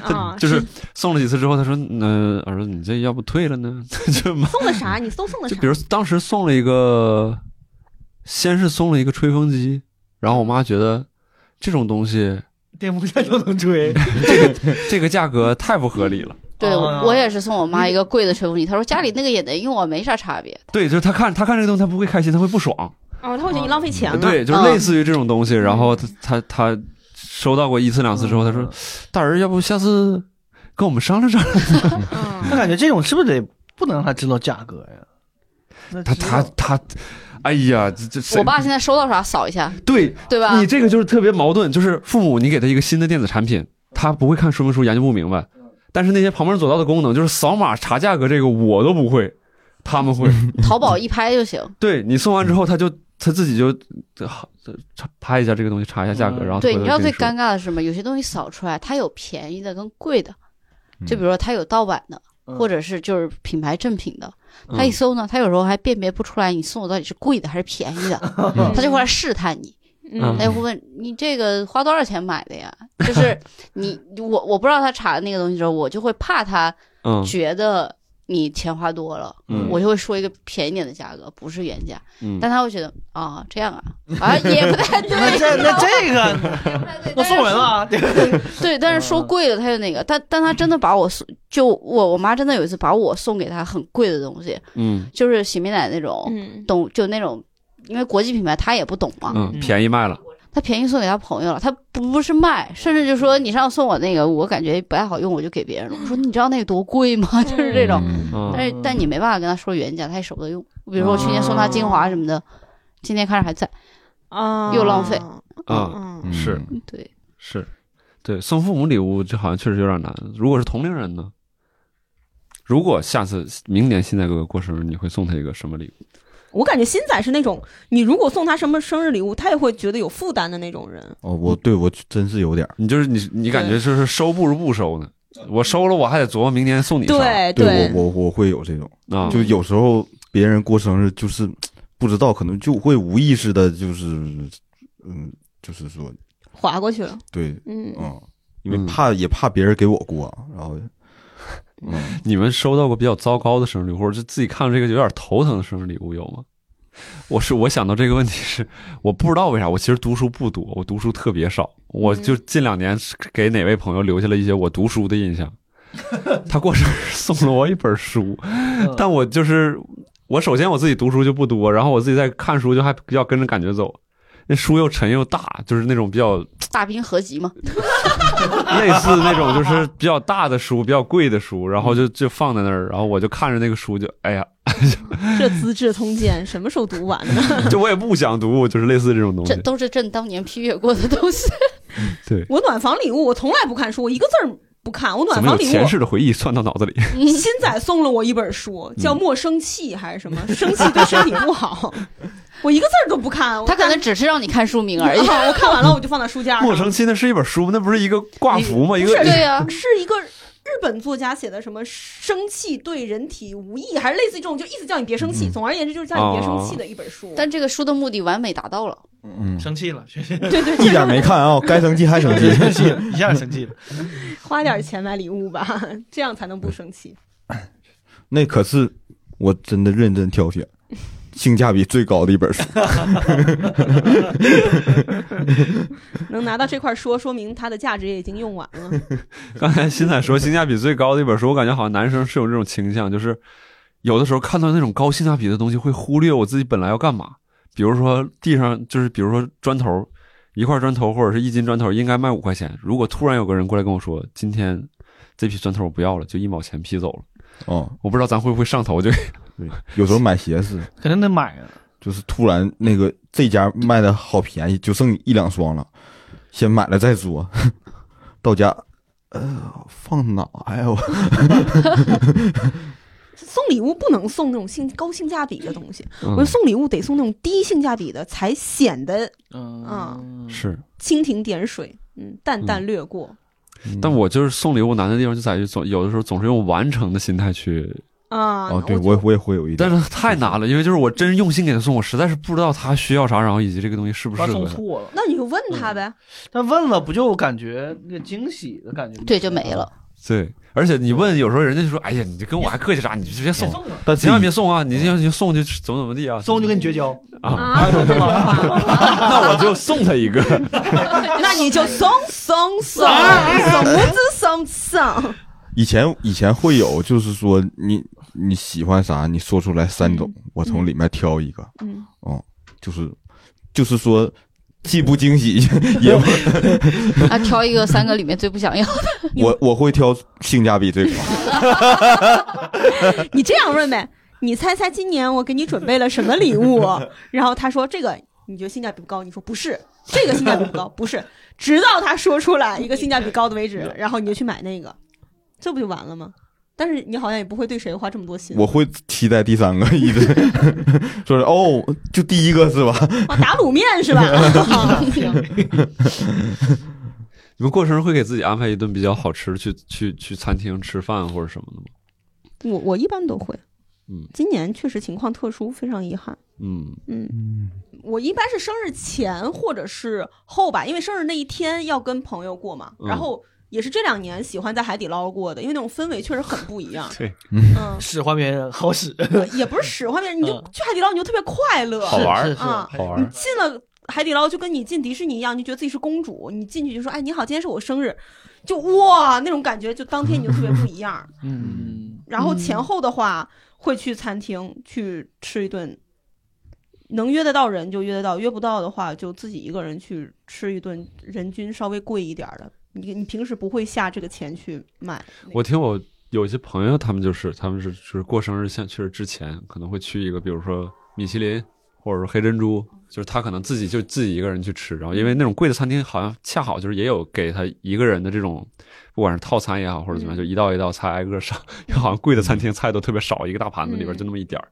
S4: 啊，
S1: 就是送了几次之后，他说，嗯、儿子，你这要不退了呢？ 就买
S4: 送的啥？你都送的
S1: 就
S4: 啥
S1: 比？如当时送了一个，先是送了一个吹风机，然后我妈觉得这种东西
S5: 电风扇都能吹，
S1: 这个价格太不合理了。
S3: 对，
S5: 哦
S3: 我也是送我妈一个贵的吹风机，她说家里那个也能用啊，没啥差别。
S1: 对，就是他看他看这个东西，他不会开心，他会不爽。
S4: 哦，他会觉得你浪费钱了。
S1: 对，就是类似于这种东西。然后他他他收到过一次两次之 后，他说：“大人，要不下次跟我们商量商量。
S5: 他
S4: 嗯
S5: 感觉这种是不是得不能让他知道价格呀？那”
S1: 他
S5: 知道
S1: 他他，哎呀，这这谁
S3: 我爸现在收到啥扫一下，
S1: 对
S3: 对吧
S1: 你？这个就是特别矛盾，就是父母你给他一个新的电子产品，他不会看说明书，研究不明白。
S3: 嗯
S1: 但是那些旁门左道的功能，就是扫码查价格这个我都不会，他们 会。
S3: 淘宝一拍就行。
S1: 对你送完之后，他就他自己就呃查拍一下这个东西，查一下价格，
S5: 嗯
S1: 然后
S3: 对，
S1: 回
S3: 你
S1: 头
S3: 知道
S1: 跟
S3: 最
S1: 说
S3: 尴尬的是什么？有些东西扫出来，它有便宜的跟贵的，
S1: 嗯
S3: 就比如说它有盗版的，
S5: 嗯
S3: 或者是就是品牌正品的。
S1: 嗯
S3: 他一搜呢，他有时候还辨别不出来你送我到底是贵的还是便 宜的，
S6: 嗯
S3: 他就会来试探你。
S1: 嗯
S3: 他就会问你这个花多少钱买的呀？就是 你我我不知道他查那个东西的时候，我就会怕他
S1: 嗯
S3: 觉得你钱花多了，
S1: 嗯
S3: 我就会说一个便宜点的价格，不是原价。
S1: 嗯
S3: 但他会觉得啊、这样啊，啊也不 太对，
S5: 那这那这个
S3: 我
S5: 那送人。了，对
S3: 对，但是说
S1: 嗯
S3: 贵了他就那个，但但他真的把我送，就我我妈真的有一次把我送给他很贵的东西，
S1: 嗯
S3: 就是洗面奶那种，
S4: 嗯
S3: 懂就那种，因为国际品牌他也不懂嘛，
S1: 嗯，便宜卖了，
S3: 他便宜送给他朋友了，他不不是卖，甚至就
S1: 嗯
S3: 说你上次送我那个，我感觉不太好用，我就给别人了。我说你知道那个多贵吗？ 就是这种，
S1: 嗯
S3: 但是但你没办法跟他说原价，他也舍不得用。比如说我去年送他精华什么的，今天看着还在。
S4: 啊，
S3: 又浪费
S1: 啊
S4: 嗯
S1: 是
S3: 对，
S1: 是，对，送父母礼物这好像确实有点难。如果是同龄人呢？如果下次明年新仔哥过生日，你会送他一个什么礼物？
S4: 我感觉新仔是那种，你如果送他什么生日礼物，他也会觉得有负担的那种人。
S6: 哦，我对我真是有点儿，
S1: 你就是你，你感觉就是收不如不收呢？我收了，我还得琢磨明年送你啥
S4: 对
S6: 对我我我会有这种，
S1: 啊？
S6: 就有时候别人过生日就是不知道，可能就会无意识的，就是嗯，就是说
S4: 划过去了。
S6: 对，
S4: 嗯，
S6: 嗯，因为
S1: 嗯
S6: 怕也怕别人给我过，然后嗯，
S1: 你们收到过比较糟糕的生日礼物，或者是自己看着这个有点头疼的生日礼物有吗？我是我想到这个问题是，我不知道为啥，我其实读书不多，我读书特别少，我就近两年是给哪位朋友留下了一些我读书的 印象。他过生日送了我一本书，但我就是我首先我自己读书就不多，然后我自己在看书就还比较跟着感觉走，那书又沉又大，就是那种比较
S3: 大兵合集嘛，
S1: 类似那种就是比较大的书，比较贵的书，然后就就放在那儿，然后我就看着那个书就哎呀，
S4: 这《资治通鉴》什么时候读完呢？
S1: 就我也不想读，就是类似这种东
S3: 这
S1: 西。
S3: 都是朕当年批阅过的东西。
S4: 我暖房礼物我从来不看书，我一个字儿不看。我暖
S1: 怎么
S4: 房
S1: 有
S4: 礼
S1: 前
S4: 物，
S1: 世的回忆窜到脑 子里？
S4: 新仔送了我一本书，
S3: 嗯
S4: 叫《莫生气》还是什么？ 生气对身体不 好。我一个字儿都不看，我
S3: 他可
S4: 看哦
S3: 能只是让你看书名 而已。
S4: 我看完了我就放在书架
S1: 莫
S4: 上。
S1: 生气那是一本书，那不是一个挂幅吗？一个
S3: 对啊呀、
S4: 啊是一个日本作家写的什么生气对人体无益，还是类似于这种，就意思叫你别生气。总而言之，就是叫你别生气的一本书。
S3: 但这个书的目的完美达到了。
S6: 嗯，
S5: 生气了，学习
S4: 对对，
S6: 一点没看啊，该生气还生气。
S5: 生气了，一下生气了。
S4: 花点钱买礼物吧， 这样才能不生气。
S6: 那可是我真的认真挑选，性价比最高的一本书。
S3: 嗯
S4: 能拿到这块说，说明它的价值也已经用完 了。
S1: 刚才新仔说性价比最高的一本书，我感觉好像男生是有这种倾向，就是有的时候看到那种高性价比的东西，会忽略我自己本来要干嘛。比如说地上就是，比如说砖头，一块砖头或者是一斤砖头应该卖五块钱，如果突然有个人过来跟我说，今天这批砖头我不要了，就一毛钱批走了，
S6: 哦，
S1: 我不知道咱会不会上头就。
S6: 有时候买鞋是，
S5: 肯定得买啊，
S6: 就是突然那个这家卖的好便宜，就剩一两双了，先买了再说。 到家，呃，放哪呀？我
S4: 送礼物不能送这种性高性价比的东西，我觉得
S1: 嗯，
S4: 送礼物得送那种低性价比的，才显得
S5: 嗯，
S1: 是，
S4: 蜻蜓点水，嗯，淡淡略过。
S5: 嗯
S1: 但我就是送礼物难的地方就在于总有的时候总是用完成的心态去
S4: 啊，
S6: 哦，对我也我也会有一点
S1: 但，是太难了，因为就是我真用心给他送，我实在是不知道他需要啥，然后以及这个东西适不适
S5: 他送
S1: 合他。
S5: 错了，
S4: 那你就问他呗，
S5: 但问了不就感觉那个惊喜的感觉？
S3: 对，就没。了。
S1: 对，而且你问，有时候人家就说：“哎呀，你就跟我还客气啥？你就直接
S5: 别
S1: 送，
S5: 送了，
S6: 但
S1: 千万别
S6: 自
S1: 送啊！你要你送就怎么怎么地啊！”
S5: 送就跟你绝交。
S1: 啊，
S4: 啊，说这种
S6: 嗯
S4: 话，
S1: 那我就送他一个。
S4: 那你就松松松
S6: 啊
S4: 松子松松，
S6: 己以前以前会有，就是说你你喜欢啥，你说出来三种，
S1: 嗯
S6: 我从里面挑一个，
S4: 嗯，
S6: 哦，就是就是说。既不惊喜， 也不
S3: 啊，挑一个三个里面最不想要。
S6: 我我会挑性价比最高。
S4: 你这样问呗，你猜猜今年我给你准备了什么 礼物？然后他说这个你觉得性价比不高，你说不是，这个性价比不 高，不是，直到他说出来一个性价比高的为 止，然后你就去买那个，这不就完了吗？但是你好像也不会对谁花这么多心，
S6: 我会期待第三个，一直 说是哦，就第一个是吧？
S4: 啊，打卤面 是吧？哦行
S1: 你们过生日会给自己安排一顿比较好吃的，去去去餐厅吃饭或者什么的吗？
S4: 我我一般都会，
S1: 嗯
S4: 今年确实情况特殊，非常遗憾。
S1: 嗯，
S4: 嗯，我一般是生日前或者是后吧，因为生日那一天要跟朋友过嘛。
S1: 嗯。
S4: 然后也是这两年喜欢在海底捞过的，因为那种氛围确实很不一样
S1: 对，
S4: 嗯，
S5: 使唤别人好使，
S4: 也不是使唤别人，你就
S5: 嗯
S4: 去海底捞你就特别快乐，
S1: 好玩儿
S5: 是是是
S4: 啊
S5: 还得
S1: 好玩
S4: 你
S1: 儿
S4: 进了海底捞就跟你进迪士尼一样，你觉得自己是公主，你进去就说：“哎，你好，今天是我生日。”就哇，那种感觉就当天你就特别不一样。
S5: 嗯，
S4: 然后前后的话会去餐厅去吃一顿，能约得到人就约得到，约不到的话就自己一个人去吃一顿，人均稍微贵一点儿的。你你平时不会下这个钱去买那个，
S1: 我听我有些朋友他们就是他们是就是过生日，像确实之前可能会去一个，比如说米其林或者说黑珍珠，就是他可能自己就自己一个人去吃，然后因为那种贵的餐厅好像恰好就是也有给他一个人的这种，不管是套餐也好或者怎
S4: 嗯
S1: 么样，就一道一道菜挨个上，因为好像贵的餐厅菜都特别少，一个大盘子里边就那么一点儿，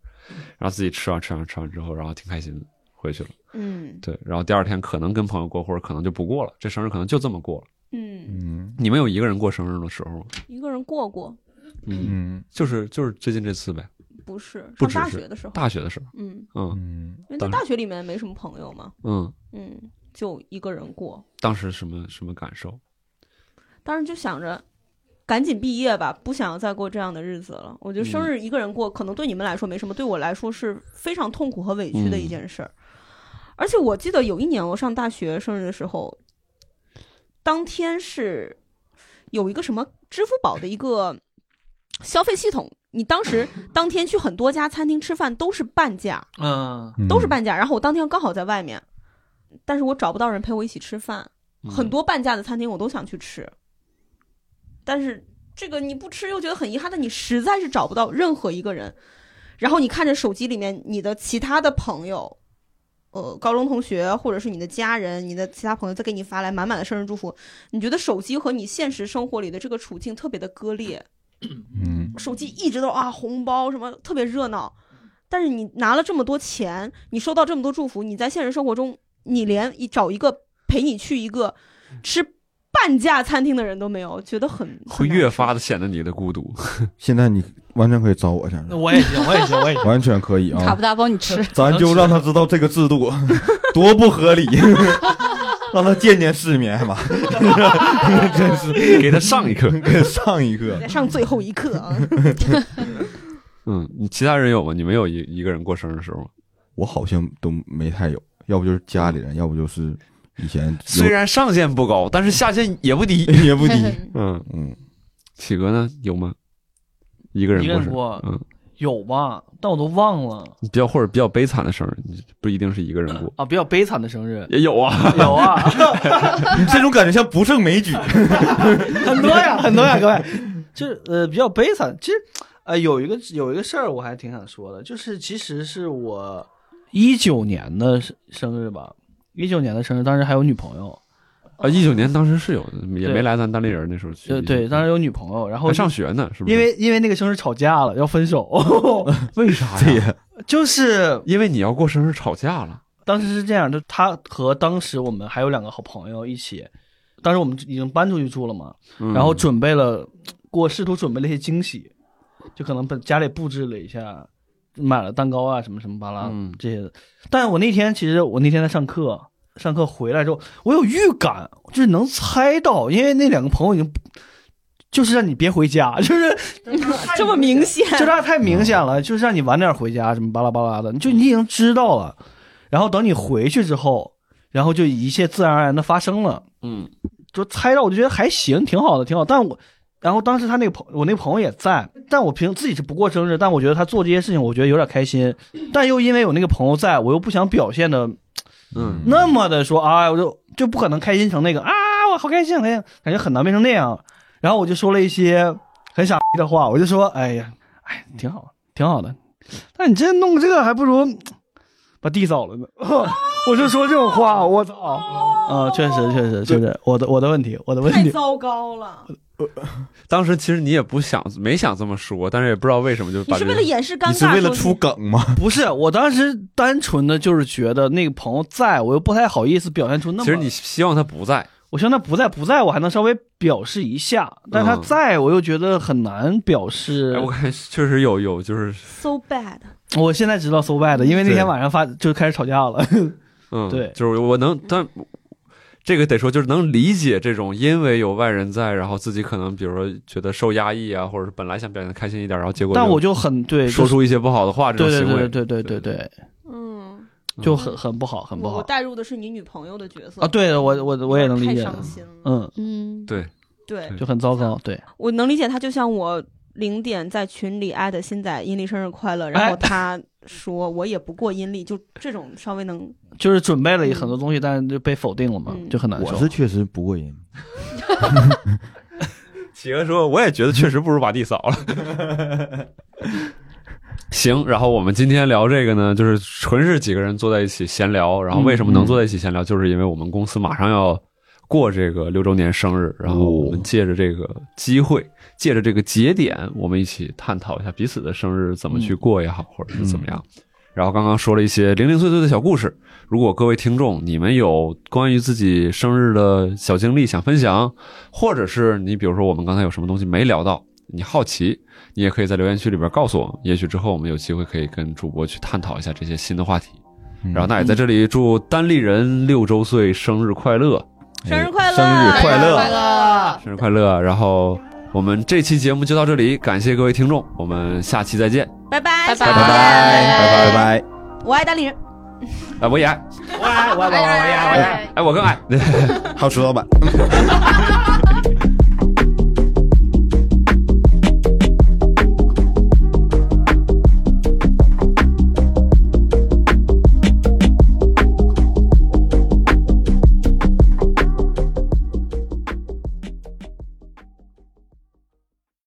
S1: 然后自己吃完吃完吃完之后，然后挺开心的回去了，
S4: 嗯
S1: 对，然后第二天可能跟朋友过，或者可能就不过了，这生日可能就这么过了。
S4: 嗯，
S6: 嗯
S1: 你们有一个人过生日的时候吗？
S4: 一个人过过
S1: 嗯，
S6: 嗯
S1: 就是就是最近这次呗。
S4: 不是
S1: 不
S4: 上
S1: 只
S4: 大
S1: 是
S4: 学的时候，
S1: 大学的时候，
S4: 嗯，
S1: 嗯
S6: 嗯，
S4: 因为在
S1: 当
S4: 大学里面没什么朋友嘛，
S1: 嗯，
S4: 嗯，就一个人过，
S1: 当时什么什么感受？
S4: 当时就想着赶紧毕业吧，不想再过这样的日子了。我觉得生日一个人过，可能对你们来说没什么，对我来说是非常痛苦和委屈的一件事儿。而且我记得有一年我上大学生日的时候，当天是有一个什么支付宝的一个消费系统你当时当天去很多家餐厅吃饭都是半价，
S5: 嗯，
S4: 都是半价。然后我当天刚好在外面，但是我找不到人陪我一起吃饭。
S1: 嗯
S4: 很多半价的餐厅我都想去吃，但是这个你不吃又觉得很遗憾，但你实在是找不到任何一个人。然后你看着手机里面你的其他的朋友，呃，高中同学或者是你的家人、你的其他朋友再给你发来满满的生日祝福，你觉得手机和你现实生活里的这个处境特别的割裂。
S6: 嗯，
S4: 手机一直都啊红包什么特别热闹，但是你拿了这么多钱，你收到这么多祝福，你在现实生活中，你连一找一个陪你去一个吃半价餐厅的人都没有，觉得很
S1: 会越发的显得你的孤独。
S6: 现在你完全可以找我去，
S5: 那我也行，我也行，我也行。
S6: 完全可以
S3: 卡
S6: 啊
S3: 布，达包你吃，
S6: 咱就让他知道这个制 度多不合理， 让他见见世面吧，真是
S1: 给他上一课。
S6: 跟上一个
S4: 在上最后一课啊。
S1: 嗯，你其他人有吗？你没有一一个人过生日的时候吗？
S6: 我好像都没太有，要不就是家里人，要不就是以前有
S1: 虽然上限不高，但是下限也不低。
S6: 也不低，
S1: 嗯，
S6: 嗯，
S1: 企鹅呢？有吗？一个人
S5: 一个
S1: 过
S5: 人
S1: 生日，
S5: 过
S1: 嗯，
S5: 有吧？但我都 忘了
S1: 比较或者比较悲惨的生日，你不一定是一个人过，
S5: 啊。比较悲惨的生 日
S1: 也有啊。
S5: 有啊，
S6: 你这种感觉像不胜 枚举，
S5: 很多呀，很多呀， 各位，就是呃比较悲惨。其实，呃有一个有一个事儿我还挺想说的，就是其实是我一九年的生生日吧，一九年的生日，当时还有女朋友，
S1: 啊，一九年当时是有的，也
S5: 对
S1: 没来咱单立人那时候去。
S5: 呃对，当时有女朋友，然后
S1: 还上学呢，是不是？
S5: 因为因为那个生日吵架了，要分 手，
S1: 为啥
S6: 这
S1: 呀？
S6: 也
S5: 就是
S1: 因为你要过生日吵架了。
S5: 当时是这样，就他和当时我们还有两个好朋友一起，当时我们已经搬出去住了嘛，
S1: 嗯
S5: 然后准备了，我试图准备了一些惊喜，就可能把家里布置了一下，买了蛋糕啊什么什么巴拉、
S1: 嗯
S5: 这些的。但我那天其实我那天在上课，上课回来之后，我有预感，就是能猜到，因为那两个朋友已经不，就是让你别回家， 就是
S4: 这么明显，
S5: 就他太明显了，就是让你晚点回家，什么巴拉巴拉的，就你已经知道了。然后等你回去之后，然后就一切自然而然的发生了。
S1: 嗯，
S5: 就猜到，我就觉得还行，挺好的，挺好。但我，然后当时他那个朋，我那个朋友也在，但我平自己是不过生日，但我觉得他做这些事情，我觉得有点开心，但又因为有那个朋友在，我又不想表现的
S1: 嗯
S5: 那么的说啊，我就就不可能开心成那个啊，我好开心，开心，感觉很难变成那样。然后我就说了一些很傻逼的话，我就说，哎呀，哎，挺好，挺好的。但你这弄这个，还不如把地扫了呢。 我就说这种话，我操！
S4: 哦
S5: 啊，确实，确实，确实，我的我的问题，我的问
S4: 太
S5: 题。
S4: 糟糕了。
S1: 当时其实你也不想，没想这么说，但是也不知道为什么就
S4: 你
S1: 把
S4: 是
S1: 这
S4: 为了
S1: 个
S4: 掩饰尴
S6: 你
S4: 尬，
S6: 是为了出
S4: 说
S6: 梗吗？
S5: 不是，我当时单纯的就是觉得那个朋友在，我又不太好意思表现出那么。
S1: 其实你希望他不在，
S5: 我希望他不在，不在我还能稍微表示一下，但他
S1: 嗯
S5: 在我又觉得很难表示。
S1: 哎，我 感觉确实有有就是
S4: so bad，
S5: 我现在知道 so bad，因为那天
S1: 嗯对
S5: 晚上发就开始吵架了。
S1: 嗯，
S5: 对
S1: 就是我能，但这个得说就是能理解这种，因为有外人在，然后自己可能比如说觉得受压抑啊，或者是本来想表现得开心一点，然后结果
S5: 但我就很对，
S1: 就说
S5: 就是
S1: 出一些不好的话，这
S5: 对
S1: 种
S5: 对
S1: 行为，
S5: 对对对对对，
S4: 嗯，
S5: 就很很不好，很不
S4: 我我
S5: 好
S4: 带入的是你女朋友的角色
S5: 啊！，对我我我也能理
S4: 太
S5: 解，
S4: 伤心了。嗯
S5: 嗯，
S3: 嗯，
S1: 对
S4: 对，
S5: 就很糟糕。对，
S4: 我能理解他，就像我零点在群里艾特新仔阴历生日快乐，然后他说我也不过阴历，就这种稍微能
S5: 就是准备了很多东西，但是就被否定了嘛，
S4: 嗯
S5: 就很难受。
S6: 确实不过瘾，
S1: 企鹅说，我也觉得确实不如把地扫了。行，然后我们今天聊这个呢，就是纯是几个人坐在一起闲聊。然后为什么能坐在一起闲聊，就是因为我们公司马上要过这个六周年生日，然后我们借着这个机会，借着这个节点，我们一起探讨一下彼此的生日怎么去过也好，或者是怎么样。然后刚刚说了一些零零碎碎的小故事，如果各位听众你们有关于自己生日的小经历想分享，或者是你比如说我们刚才有什么东西没聊到，你好奇，你也可以在留言区里边告诉我们，也许之后我们有机会可以跟主播去探讨一下这些新的话题。然后那也在这里祝单立人六周岁生日快乐，
S4: 生日快乐，
S6: 哎生日快乐
S3: 快乐，
S1: 生日快乐！然后我们这期节目就到这里，感谢各位听众，我们下期再见。
S4: 拜拜，
S3: 拜拜
S4: 拜
S6: 拜拜拜拜。
S4: 我爱单立人。
S1: 哎，我也爱，
S5: 我爱我爱我爱我爱
S3: 哎
S1: 哎，我更爱。
S6: 还有石老板。